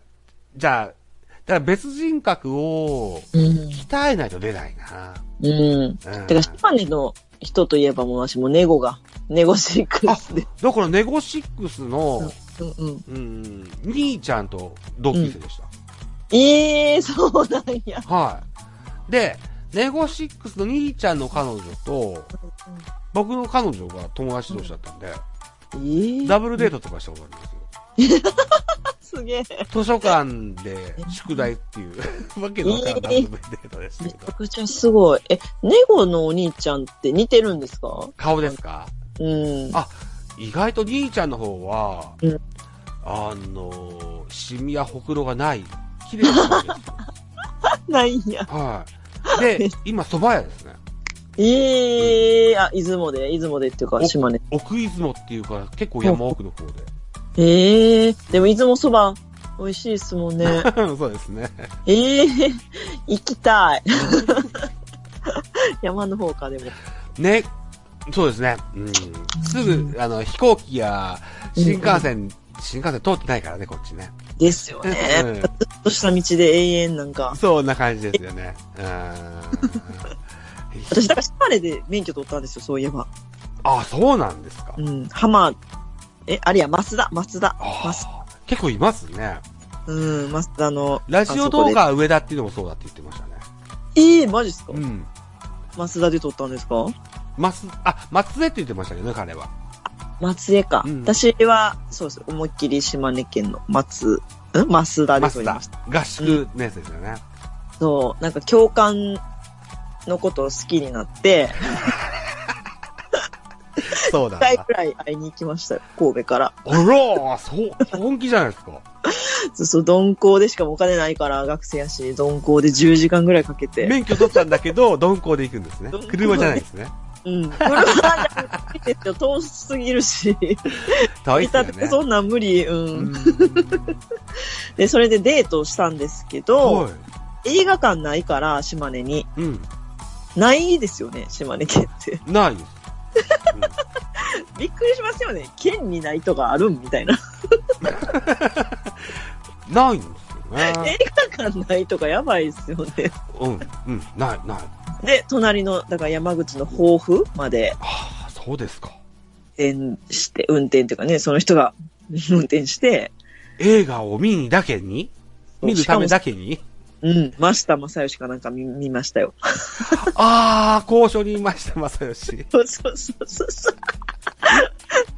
Speaker 1: じゃあ、だから別人格を
Speaker 2: うん。
Speaker 1: 鍛えないと出ないな。
Speaker 2: うん。
Speaker 1: うん、
Speaker 2: てか、島根の人といえばもう私もネゴが、ネゴシックスで。
Speaker 1: だからネゴシックスの、
Speaker 2: うんうん。
Speaker 1: うん、兄ちゃんと同級生でした。
Speaker 2: ええー、そうなんや。
Speaker 1: はい。で、ネゴシックスの兄ちゃんの彼女と、僕の彼女が友達同士だったんで、
Speaker 2: ええー。
Speaker 1: ダブルデートとかしたことありますよ。
Speaker 2: すげえ。
Speaker 1: 図書館で宿題っていう、わけのわからんダブルデートでした
Speaker 2: め
Speaker 1: け
Speaker 2: ち
Speaker 1: ど
Speaker 2: ゃ。くちゃすごい。え、ネゴのお兄ちゃんって似てるんですか
Speaker 1: 顔ですか
Speaker 2: うん。
Speaker 1: あ意外と兄ちゃんの方は、
Speaker 2: うん
Speaker 1: あのー、シミやほくろがない、綺麗な人で すよ。
Speaker 2: ないんや。
Speaker 1: はい。で、今、蕎麦屋ですね。
Speaker 2: ええー、あ、出雲で、出雲でっていうか、
Speaker 1: お
Speaker 2: 島根。
Speaker 1: 奥出雲っていうから、結構山奥の方で。
Speaker 2: ええー、でも出雲そば、美味しいですもん ね。
Speaker 1: そうですね。
Speaker 2: ええー、行きたい。 山の方か、でも。
Speaker 1: ね、そうですね。うん。すぐ、あの、飛行機や、新幹線、新幹線通ってないからね、こっちね。
Speaker 2: ですよね。
Speaker 1: うん
Speaker 2: ちょっとした道で永遠なんか。
Speaker 1: そんな感じですよね。うん。
Speaker 2: 私、だから島根で免許取ったんですよ、そういえば。
Speaker 1: あ、そうなんですか
Speaker 2: う。ん。浜、え、あれや、増田、増田。
Speaker 1: あ
Speaker 2: 増
Speaker 1: ー結構いますね。
Speaker 2: うん、増田の。
Speaker 1: ラジオ動
Speaker 2: あそこ
Speaker 1: 画上田っていうのもそうだって言ってましたね。
Speaker 2: で。ええー、マジっすか
Speaker 1: うん。
Speaker 2: 増田で撮ったんですか
Speaker 1: 松、あ、松江って言ってましたけどね、彼は。
Speaker 2: 松江か、
Speaker 1: うん
Speaker 2: 私は、そうです。思いっきり島根県の松、ん増田で
Speaker 1: 松
Speaker 2: 撮り
Speaker 1: 田
Speaker 2: ました。。
Speaker 1: 合宿のやつですよね。
Speaker 2: そう、なんか教官のことを好きになって、
Speaker 1: そうだ
Speaker 2: 一
Speaker 1: な。
Speaker 2: 回くらい会いに行きましたよ。神戸から。
Speaker 1: あらーそう、本気じゃないですか。
Speaker 2: そうそう、鈍行でしかもお金ないから、学生やし、鈍行で10時間ぐらいかけて。
Speaker 1: 免許取ったんだけど、鈍行で行くんですね
Speaker 2: 鈍行。で
Speaker 1: 車じゃないですね。
Speaker 2: うん。これは、いいですよ。遠すぎるし。
Speaker 1: 遠いっ
Speaker 2: 見
Speaker 1: すよ
Speaker 2: たって
Speaker 1: ね。
Speaker 2: そんなん無理。う。
Speaker 1: うんん。
Speaker 2: で、それでデートをしたんですけど、
Speaker 1: は
Speaker 2: 映画館ないから、島根に。
Speaker 1: い。うん。
Speaker 2: ないですよね、島根県って。
Speaker 1: ないです。
Speaker 2: びっくりしますよね。県にないとかあるんみたいな。
Speaker 1: うんないんですよ
Speaker 2: 映
Speaker 1: ね。
Speaker 2: 画館ないとかやばいですよね。
Speaker 1: うん。うん。ない、ない。
Speaker 2: で、隣の、だから山口の抱負まで
Speaker 1: ああ、そうですか。
Speaker 2: 運転して、運転っていうかね、その人が 運転して、
Speaker 1: 映画を見にだけに見るためだけに
Speaker 2: うん、増田正義かなんか見見ましたよ。
Speaker 1: ああ、高所にいました、正義。
Speaker 2: そうそうそうそうそう。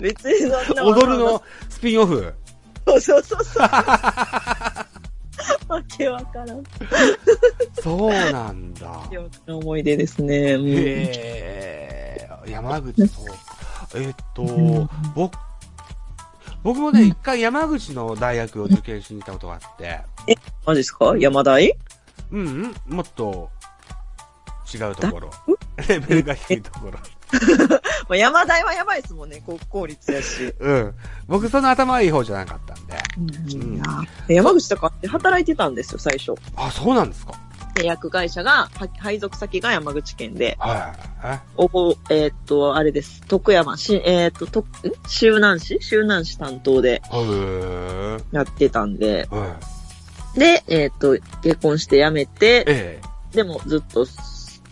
Speaker 2: 別にそん な
Speaker 1: 踊るのスピンオフ。
Speaker 2: そうそうそうそう。 わけわからん。わ
Speaker 1: そうなんだ
Speaker 2: け。わからん思い出ですね。うん
Speaker 1: へえ、山口そうか。えっと
Speaker 2: ん、
Speaker 1: 僕、僕もね、一回山口の大学を受験しに行ったことがあって、
Speaker 2: マジですか山大
Speaker 1: うんうん、もっと違うところ。 レベルが低いところ。
Speaker 2: まあ、山大はやばいですもんね。国公立やし。
Speaker 1: うん。僕その頭いい方じゃなかったんで。
Speaker 2: うん
Speaker 1: ん
Speaker 2: 山口とかって働いてたんですよ、最初。
Speaker 1: あ、そうなんですか。
Speaker 5: 契約会社が、は配属先が山口県で、
Speaker 1: は
Speaker 5: おぼ、えーっと、あれです。徳山市、えーっと、と、ん周南市周南市担当で
Speaker 1: い。はい。
Speaker 5: やってたんで、
Speaker 1: はい。
Speaker 5: で、えーっと、結婚して辞めて、
Speaker 1: ええ。
Speaker 5: でもずっと、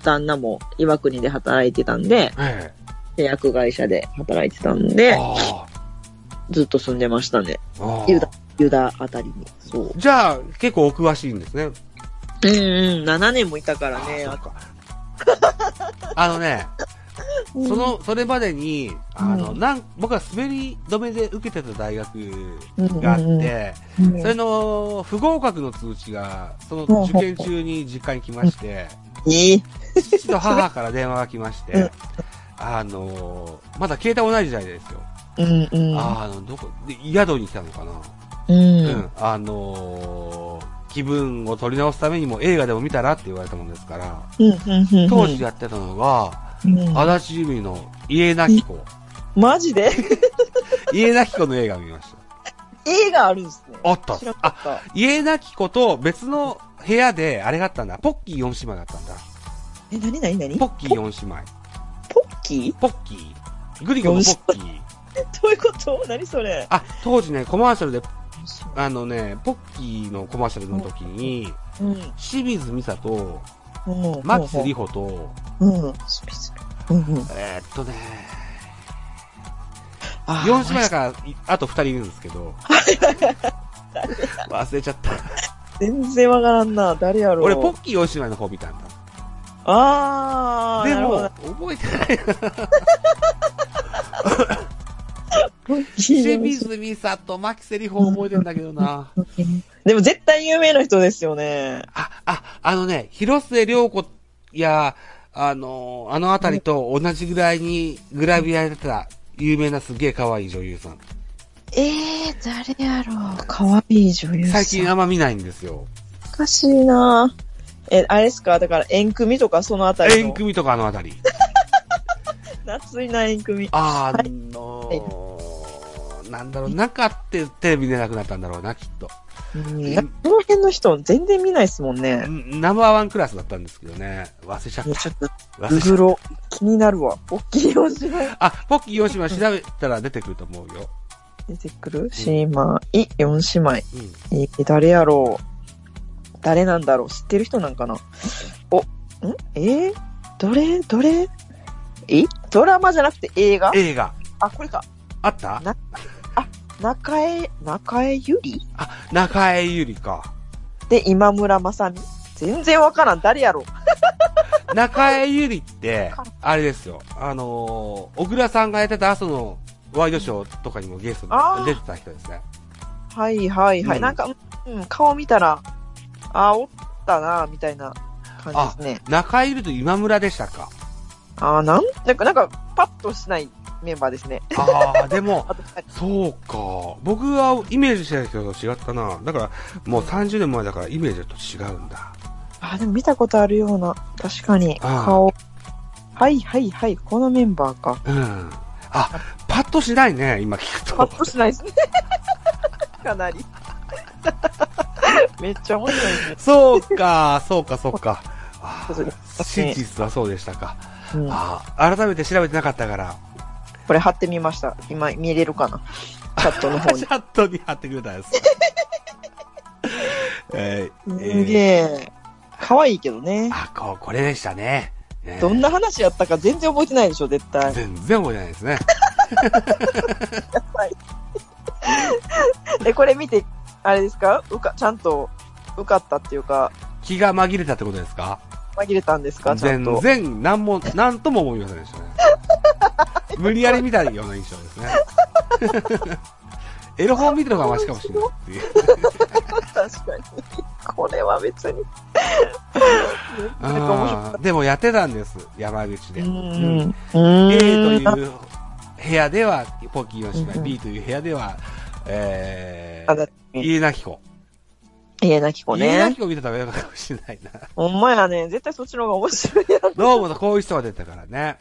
Speaker 5: 旦那も岩国で働いてたんで、
Speaker 1: え
Speaker 5: 契約会社で働いてたん
Speaker 1: え。
Speaker 5: で、
Speaker 1: あ
Speaker 5: ずっと住んでましたね。
Speaker 1: あ。ああ
Speaker 5: ユダ、ユダあたりに。そう。
Speaker 1: じゃあ、結構お詳しいんですね。
Speaker 5: うんうん、7年もいたからね。
Speaker 1: あそ
Speaker 5: あ
Speaker 1: うかあのね、その、それまでに、あの、
Speaker 2: うん
Speaker 1: なん、僕は滑り止めで受けてた大学
Speaker 2: うん
Speaker 1: があって、
Speaker 2: うんうん
Speaker 1: それの不合格の通知が、その受験中に実家に来まして、
Speaker 2: いい。
Speaker 1: 父と母から電話が来まし
Speaker 2: う
Speaker 1: て
Speaker 2: ん、
Speaker 1: あの、まだ携帯もない時代ですよ。
Speaker 2: うんうん。
Speaker 1: ああの、どこ、で宿に来たのかな。
Speaker 2: う。
Speaker 1: うんん、あのー気分を取り直すためにも映画でも見たらって言われたもんですから、
Speaker 2: うんうんうん。
Speaker 1: 当時やってたのが、
Speaker 2: うん
Speaker 1: 足立由美の家なき子、
Speaker 2: マ ジで
Speaker 1: 家なき子の映画を見ました。
Speaker 2: 映画あるんですね。
Speaker 1: あった
Speaker 2: 知らな。か
Speaker 1: あ、
Speaker 2: った。
Speaker 1: 家なき子と別の部屋で、あれがあったんだ。ポッキー4姉妹があったんだ。
Speaker 2: え、なになになに
Speaker 1: ポッキー4姉妹。
Speaker 2: ポッキ
Speaker 1: ポッキー。グリコのポッキー。
Speaker 2: ーどういうこと何それ
Speaker 1: あ、当時ね、コマーシャルで、あのね、ポッキーのコマーシャルの時に、
Speaker 2: うん。
Speaker 1: 清水美沙と、
Speaker 2: うん。
Speaker 1: 牧瀬里穂と、
Speaker 2: うん。うん。スピスうんうん。
Speaker 1: えーっとね、
Speaker 2: あー
Speaker 1: 4姉妹だから、いあと2人いるんですけど。忘れちゃった。
Speaker 2: 全然わからんな。誰やろう。
Speaker 1: 俺、ポッキー4姉妹の方見たんだ。
Speaker 2: あー。
Speaker 1: で
Speaker 2: なるほ
Speaker 1: も
Speaker 2: どな、
Speaker 1: 覚えてない。
Speaker 2: ポッキー
Speaker 1: 清水美沙と牧瀬里穂覚えてんだけどな。
Speaker 2: でも絶対有名な人ですよね。
Speaker 1: あ、あ、あのね、広末涼子や、あの、あのあたりと同じぐらいにグラビアやってた有名なすげえ可愛い女優さん。
Speaker 2: ええー、誰やろう。かわいい女優さん。
Speaker 1: 最近あんま見ないんですよ。
Speaker 2: おかしいなえ、あれですかだから、縁組とかそのあたりの。
Speaker 1: 縁組とかあのあた り。
Speaker 2: 夏いな縁組。
Speaker 1: あのなんだろう、なかってテレビ出なくなったんだろうな、きっと。
Speaker 2: うん。なんかこの辺の人全然見ないですもんね。
Speaker 1: んナンバーワンクラスだったんですけどね。忘れちゃっ
Speaker 2: いやちょっと、
Speaker 1: た。忘
Speaker 2: グ
Speaker 1: れちゃ
Speaker 2: グ
Speaker 1: っ
Speaker 2: ロ。気になるわ。大きいお芝居。
Speaker 1: た。あ、ポッキー4姉妹調べたら出てくると思うよ。
Speaker 2: 出てくる姉妹、4姉妹。
Speaker 1: うん。
Speaker 2: えー誰やろう誰なんだろう知ってる人なんかなお、んえー、どれどれえドラマじゃなくて映画
Speaker 1: 映画。
Speaker 2: あ、これか。
Speaker 1: あった
Speaker 2: な中江、中江ゆり
Speaker 1: あ、中江ゆりか。
Speaker 2: で、今村雅美全然わからん。誰やろ
Speaker 1: 中江ゆりって、あれですよ。あのー、小倉さんがやってた朝のワイドショーとかにもゲストで
Speaker 2: あー
Speaker 1: 出てた人ですね。
Speaker 2: はいはいはい。
Speaker 1: うん
Speaker 2: なんか、うん、顔見たら、あ、おったな、みたいな感じですね。
Speaker 1: 中江ゆりと今村でした か。
Speaker 2: あー、なん、なんか、なんか、パッとしないメンバーですね。
Speaker 1: ああ、でも、
Speaker 2: あと二人
Speaker 1: そうか。僕はイメージしてた人と違ったな。だから、もう30年前だからイメージと違うんだ。
Speaker 2: あ、でも見たことあるような、確かに、
Speaker 1: ああ
Speaker 2: 顔。はいはいはい、このメンバーか。
Speaker 1: うん。あ、パッとしないね、今聞く
Speaker 2: パ
Speaker 1: と
Speaker 2: ッ。としないです ね。かなり。 めっちゃ面白いね。
Speaker 1: そうか、そうか、そうか。あ
Speaker 2: そうで
Speaker 1: ー真実はそうでしたか。
Speaker 2: うん、
Speaker 1: あー改めて調べてなかったから、
Speaker 2: これ貼ってみました。今見れるかなチャットの方
Speaker 1: チ
Speaker 2: に。
Speaker 1: ャットに貼ってくれたんです。 えー
Speaker 2: すげ
Speaker 1: えー
Speaker 2: え。可愛いけどね。
Speaker 1: あ、こう、これでしたね。ね
Speaker 2: どんな話やったか全然覚えてないでしょ、絶対。
Speaker 1: 全然覚えてないですね。
Speaker 2: え、これ見て、あれですかうか、ちゃんと受かったっていうか、
Speaker 1: 気が紛れたってことですか
Speaker 2: 紛れたんですかちゃ
Speaker 1: 全
Speaker 2: んと。
Speaker 1: 然、なんも、なんとも思いません でしたね。無理やり見たような印象ですね。 エロ本見てる方がマシかもしれないっていう。
Speaker 2: 確かに。これは別に。 なんか面白
Speaker 1: あーでもやってたんです、山口で。
Speaker 2: う
Speaker 1: うん
Speaker 2: ん。
Speaker 1: A と
Speaker 2: え
Speaker 1: いう部屋では、ポッキー吉
Speaker 2: う
Speaker 1: 島、
Speaker 2: ん
Speaker 1: B という部屋では、え
Speaker 2: あだ
Speaker 1: ー、家なき子。
Speaker 2: 家なき子
Speaker 1: 家な
Speaker 2: ね
Speaker 1: き。子見てた方がよかったかもしれない な。
Speaker 2: ほんまやね。絶対そっちの方が面白いやろ
Speaker 1: どうもとこういう人が出てたからね。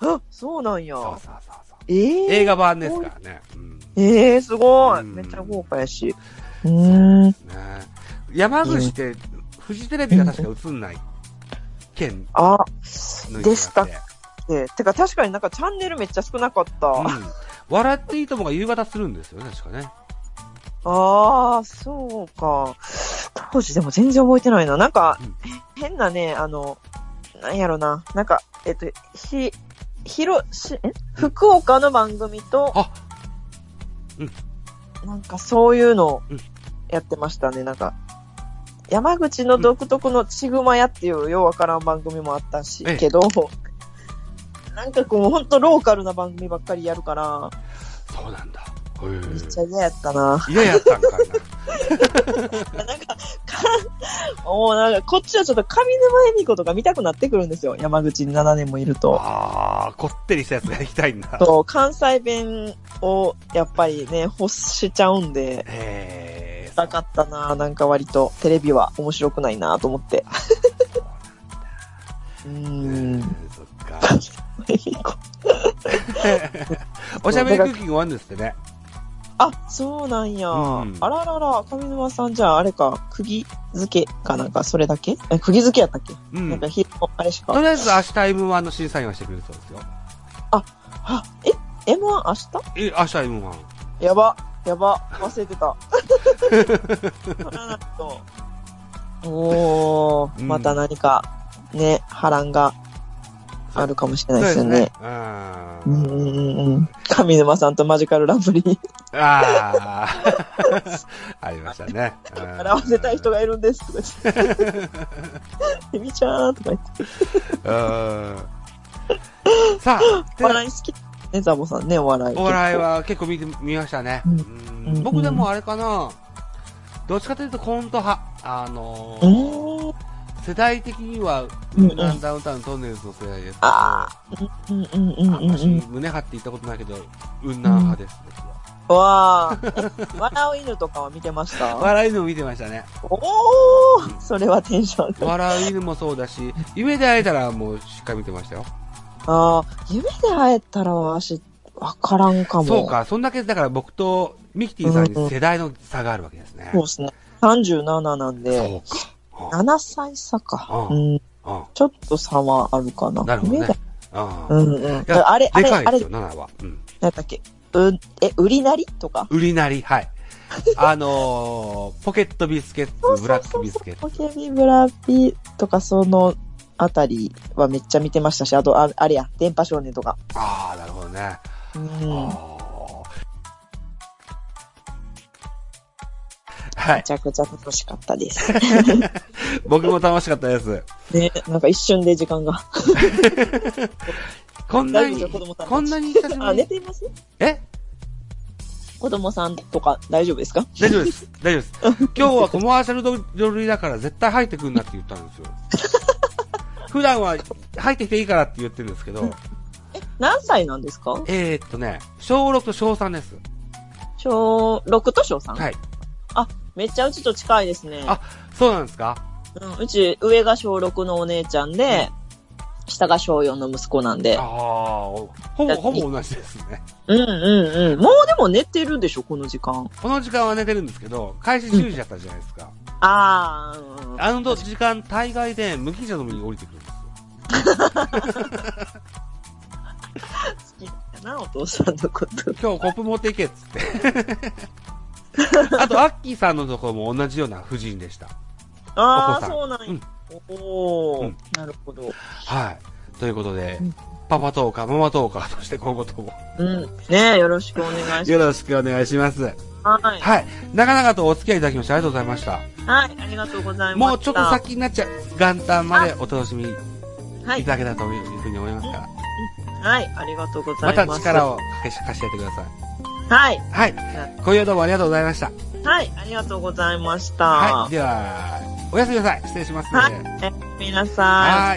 Speaker 2: あ、そうなんや
Speaker 1: そう。そうそうそう。
Speaker 2: えー、
Speaker 1: 映画版ですからね。うん
Speaker 2: えー、すご
Speaker 1: う
Speaker 2: い。
Speaker 1: ん
Speaker 2: めっちゃ豪華やし。うーん。
Speaker 1: ね山口って、フジテレビが確か映んない県
Speaker 2: あ
Speaker 1: の
Speaker 2: でした
Speaker 1: 一
Speaker 2: で、てか確かになんかチャンネルめっちゃ少なかった。
Speaker 1: 部があってうん。笑っていいともが夕方するんですよね、確かね。
Speaker 2: ああ、そうか。当時でも全然覚えてないな。なんか、
Speaker 1: うん
Speaker 2: 変なね、あの、なんやろな。なんか、えっと、ひ、ひろ、し、ん福岡の番組と、
Speaker 1: あうん
Speaker 2: なんかそういうの
Speaker 1: うん
Speaker 2: やってましたね。なんか、山口の独特のちぐまやっていうようわからん番組もあったし
Speaker 1: ええ、
Speaker 2: けど、なんかこう、ほんとローカルな番組ばっかりやるから、
Speaker 1: そうなんだ。
Speaker 2: めっちゃ嫌やったな。
Speaker 1: 嫌やったんかいな。
Speaker 2: なんか、か、 もうなんか、こっちはちょっと上沼恵美子とか見たくなってくるんですよ。山口に7年もいると。
Speaker 1: あー、こってりしたやつが行きたいんだ。
Speaker 2: と、関西弁を、やっぱりね、欲しちゃうんで、
Speaker 1: えー、
Speaker 2: なかったななんか割と、テレビは面白くないなと思 って。う
Speaker 1: う
Speaker 2: ー
Speaker 1: ん
Speaker 2: ん。、
Speaker 1: そっか。
Speaker 2: 恵美子
Speaker 1: おしゃべりクッキング終わるんですってね。
Speaker 2: あ、そうなんや。
Speaker 1: うん
Speaker 2: あららら、上沼さんじゃあ、あれか、釘付けかなんか、それだけえ、釘付けやったっけ、
Speaker 1: う
Speaker 2: なん
Speaker 1: ん
Speaker 2: か。ひ、あれし
Speaker 1: と
Speaker 2: か。
Speaker 1: りあえず明日 M1 の審査員はしてくれるそうですよ。
Speaker 2: あ、え ?M1 明日
Speaker 1: え、明日 M1。
Speaker 2: やば、やば、忘れ てた。この後おー、
Speaker 1: うん
Speaker 2: また何か、ね、波乱があるかもしれないですよ
Speaker 1: そう
Speaker 2: ね。
Speaker 1: うー
Speaker 2: うんんうんうんうん。上沼さんとマジカルラブリー
Speaker 1: あー ありましたね。うん
Speaker 2: 笑わせたい人がいるん ですとか言って。エビちゃんとか言って。
Speaker 1: うんさあ、
Speaker 2: お笑い好きね、ザボさんね、お笑い。
Speaker 1: お笑いは結構見て見ましたね。
Speaker 2: う
Speaker 1: うん
Speaker 2: うん
Speaker 1: 僕でもあれかな、どっちかというとコント派。あの
Speaker 2: 結
Speaker 1: ー
Speaker 2: 構。
Speaker 1: 世代的には、
Speaker 2: う
Speaker 1: ウ
Speaker 2: ん
Speaker 1: ルナンダウンタウントンネルズの世代ですけど、
Speaker 2: あうーんうんうんうんうん
Speaker 1: 私
Speaker 2: うん。
Speaker 1: 胸張って言ったことないけど、ウンナン派です、僕は
Speaker 2: うわー。え笑う犬とかは見てました
Speaker 1: 笑い犬も見てましたね。
Speaker 2: おーそれはテンション上がる
Speaker 1: 笑い犬もそうだし、夢で会えたらもうしっかり見てましたよ。
Speaker 2: ああ、夢で会えたらわし、わからんかも。
Speaker 1: そう。か、そんだけだから僕とミキティさんに世代の差があるわけですね。
Speaker 2: そうですね。37なんで、
Speaker 1: そうか。
Speaker 2: 7歳差か。
Speaker 1: うう
Speaker 2: うん。
Speaker 1: んうん
Speaker 2: ちょっと差はあるかな。
Speaker 1: なるほど
Speaker 2: 夢
Speaker 1: ね
Speaker 2: で。
Speaker 1: あ
Speaker 2: う
Speaker 1: あ
Speaker 2: んうん。
Speaker 1: や
Speaker 2: あれ、あ
Speaker 1: で
Speaker 2: れ、
Speaker 1: か
Speaker 2: あ
Speaker 1: いで
Speaker 2: れ
Speaker 1: すよ、、7は。うん。
Speaker 2: なんだっけ。う、え、売りなりとか。
Speaker 1: 売りなり、はい。あのー、ポ ケットビスケッツ、ブラックビスケ
Speaker 2: ポ
Speaker 1: ッツ。
Speaker 2: ケビブラピとか、そのあたりはめっちゃ見てましたし、あと、ああれや、電波少年とか。
Speaker 1: ああ、なるほどね。
Speaker 2: うん。め
Speaker 1: ああはい。
Speaker 2: ちゃくちゃ楽しかったです。
Speaker 1: 僕も楽しかったです。
Speaker 2: ね、なんか一瞬で時間が。
Speaker 1: こんな
Speaker 2: 大丈夫です
Speaker 1: に
Speaker 2: よ、子、供さんたち。
Speaker 1: こんなに久しぶ
Speaker 2: あ、
Speaker 1: り
Speaker 2: 寝
Speaker 1: に。
Speaker 2: ています
Speaker 1: え
Speaker 2: 子供さんとか大丈夫ですか
Speaker 1: 大丈夫 です。大丈夫です。今日はコマーシャルドルだから絶対入ってくんなって言ったん ですよ。普段は入ってきていいからって言ってるんですけど、
Speaker 2: 何歳なんですか
Speaker 1: えー、っとね、小6と小3です。
Speaker 2: 小6と小 3?
Speaker 1: はい。
Speaker 2: めっちゃうちと近いですね。
Speaker 1: あそうなんですか
Speaker 2: うん、うち上が小6のお姉ちゃんで、下が小4の息子なんで
Speaker 1: ああ。、ほぼ、ほぼ同じですね。
Speaker 2: うんうんうん。もうでも寝てるでしょ、この時間。
Speaker 1: この時間は寝てるんですけど、開始10時だったじゃないですか。
Speaker 2: あーうんうん。
Speaker 1: あの時間、大概で無機茶の上に降りてくるんですよ。
Speaker 2: 好きだな、お父さんのこと。
Speaker 1: 今日コップ持っていけっつって。 あと、アッキーさんのところも同じような婦人でした。
Speaker 2: あ
Speaker 1: お子さ
Speaker 2: あ、
Speaker 1: ん
Speaker 2: そうなんや。
Speaker 1: うん
Speaker 2: おお、
Speaker 1: うん
Speaker 2: なるほど。
Speaker 1: はい。ということで
Speaker 2: うん、
Speaker 1: パパトーカー、ママトーカーとして今後とも
Speaker 2: うん。ねえ、よろしくお願いし
Speaker 1: よろしくお願いします。
Speaker 2: ます。はい。
Speaker 1: はい。長々とお付き合いいただきましてありがとうございました。
Speaker 2: はい、ありがとうございます。
Speaker 1: もうちょっと先になっちゃう元旦までお楽しみい
Speaker 2: は
Speaker 1: た
Speaker 2: い。
Speaker 1: だけたらというふうに思いますから、
Speaker 2: はい、ありがとうござ
Speaker 1: ま
Speaker 2: います。
Speaker 1: た力を貸し貸してやってください。
Speaker 2: はい。
Speaker 1: はい。今夜どうもありがとうございました。
Speaker 2: はい、ありがとうございました。
Speaker 1: はい。では、おやすみなさい。失礼します。
Speaker 2: はい
Speaker 1: あ
Speaker 2: え皆さん、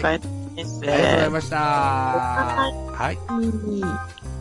Speaker 1: は
Speaker 2: お疲れ様です。
Speaker 1: りがとうございました。
Speaker 2: は
Speaker 1: はい。
Speaker 2: い。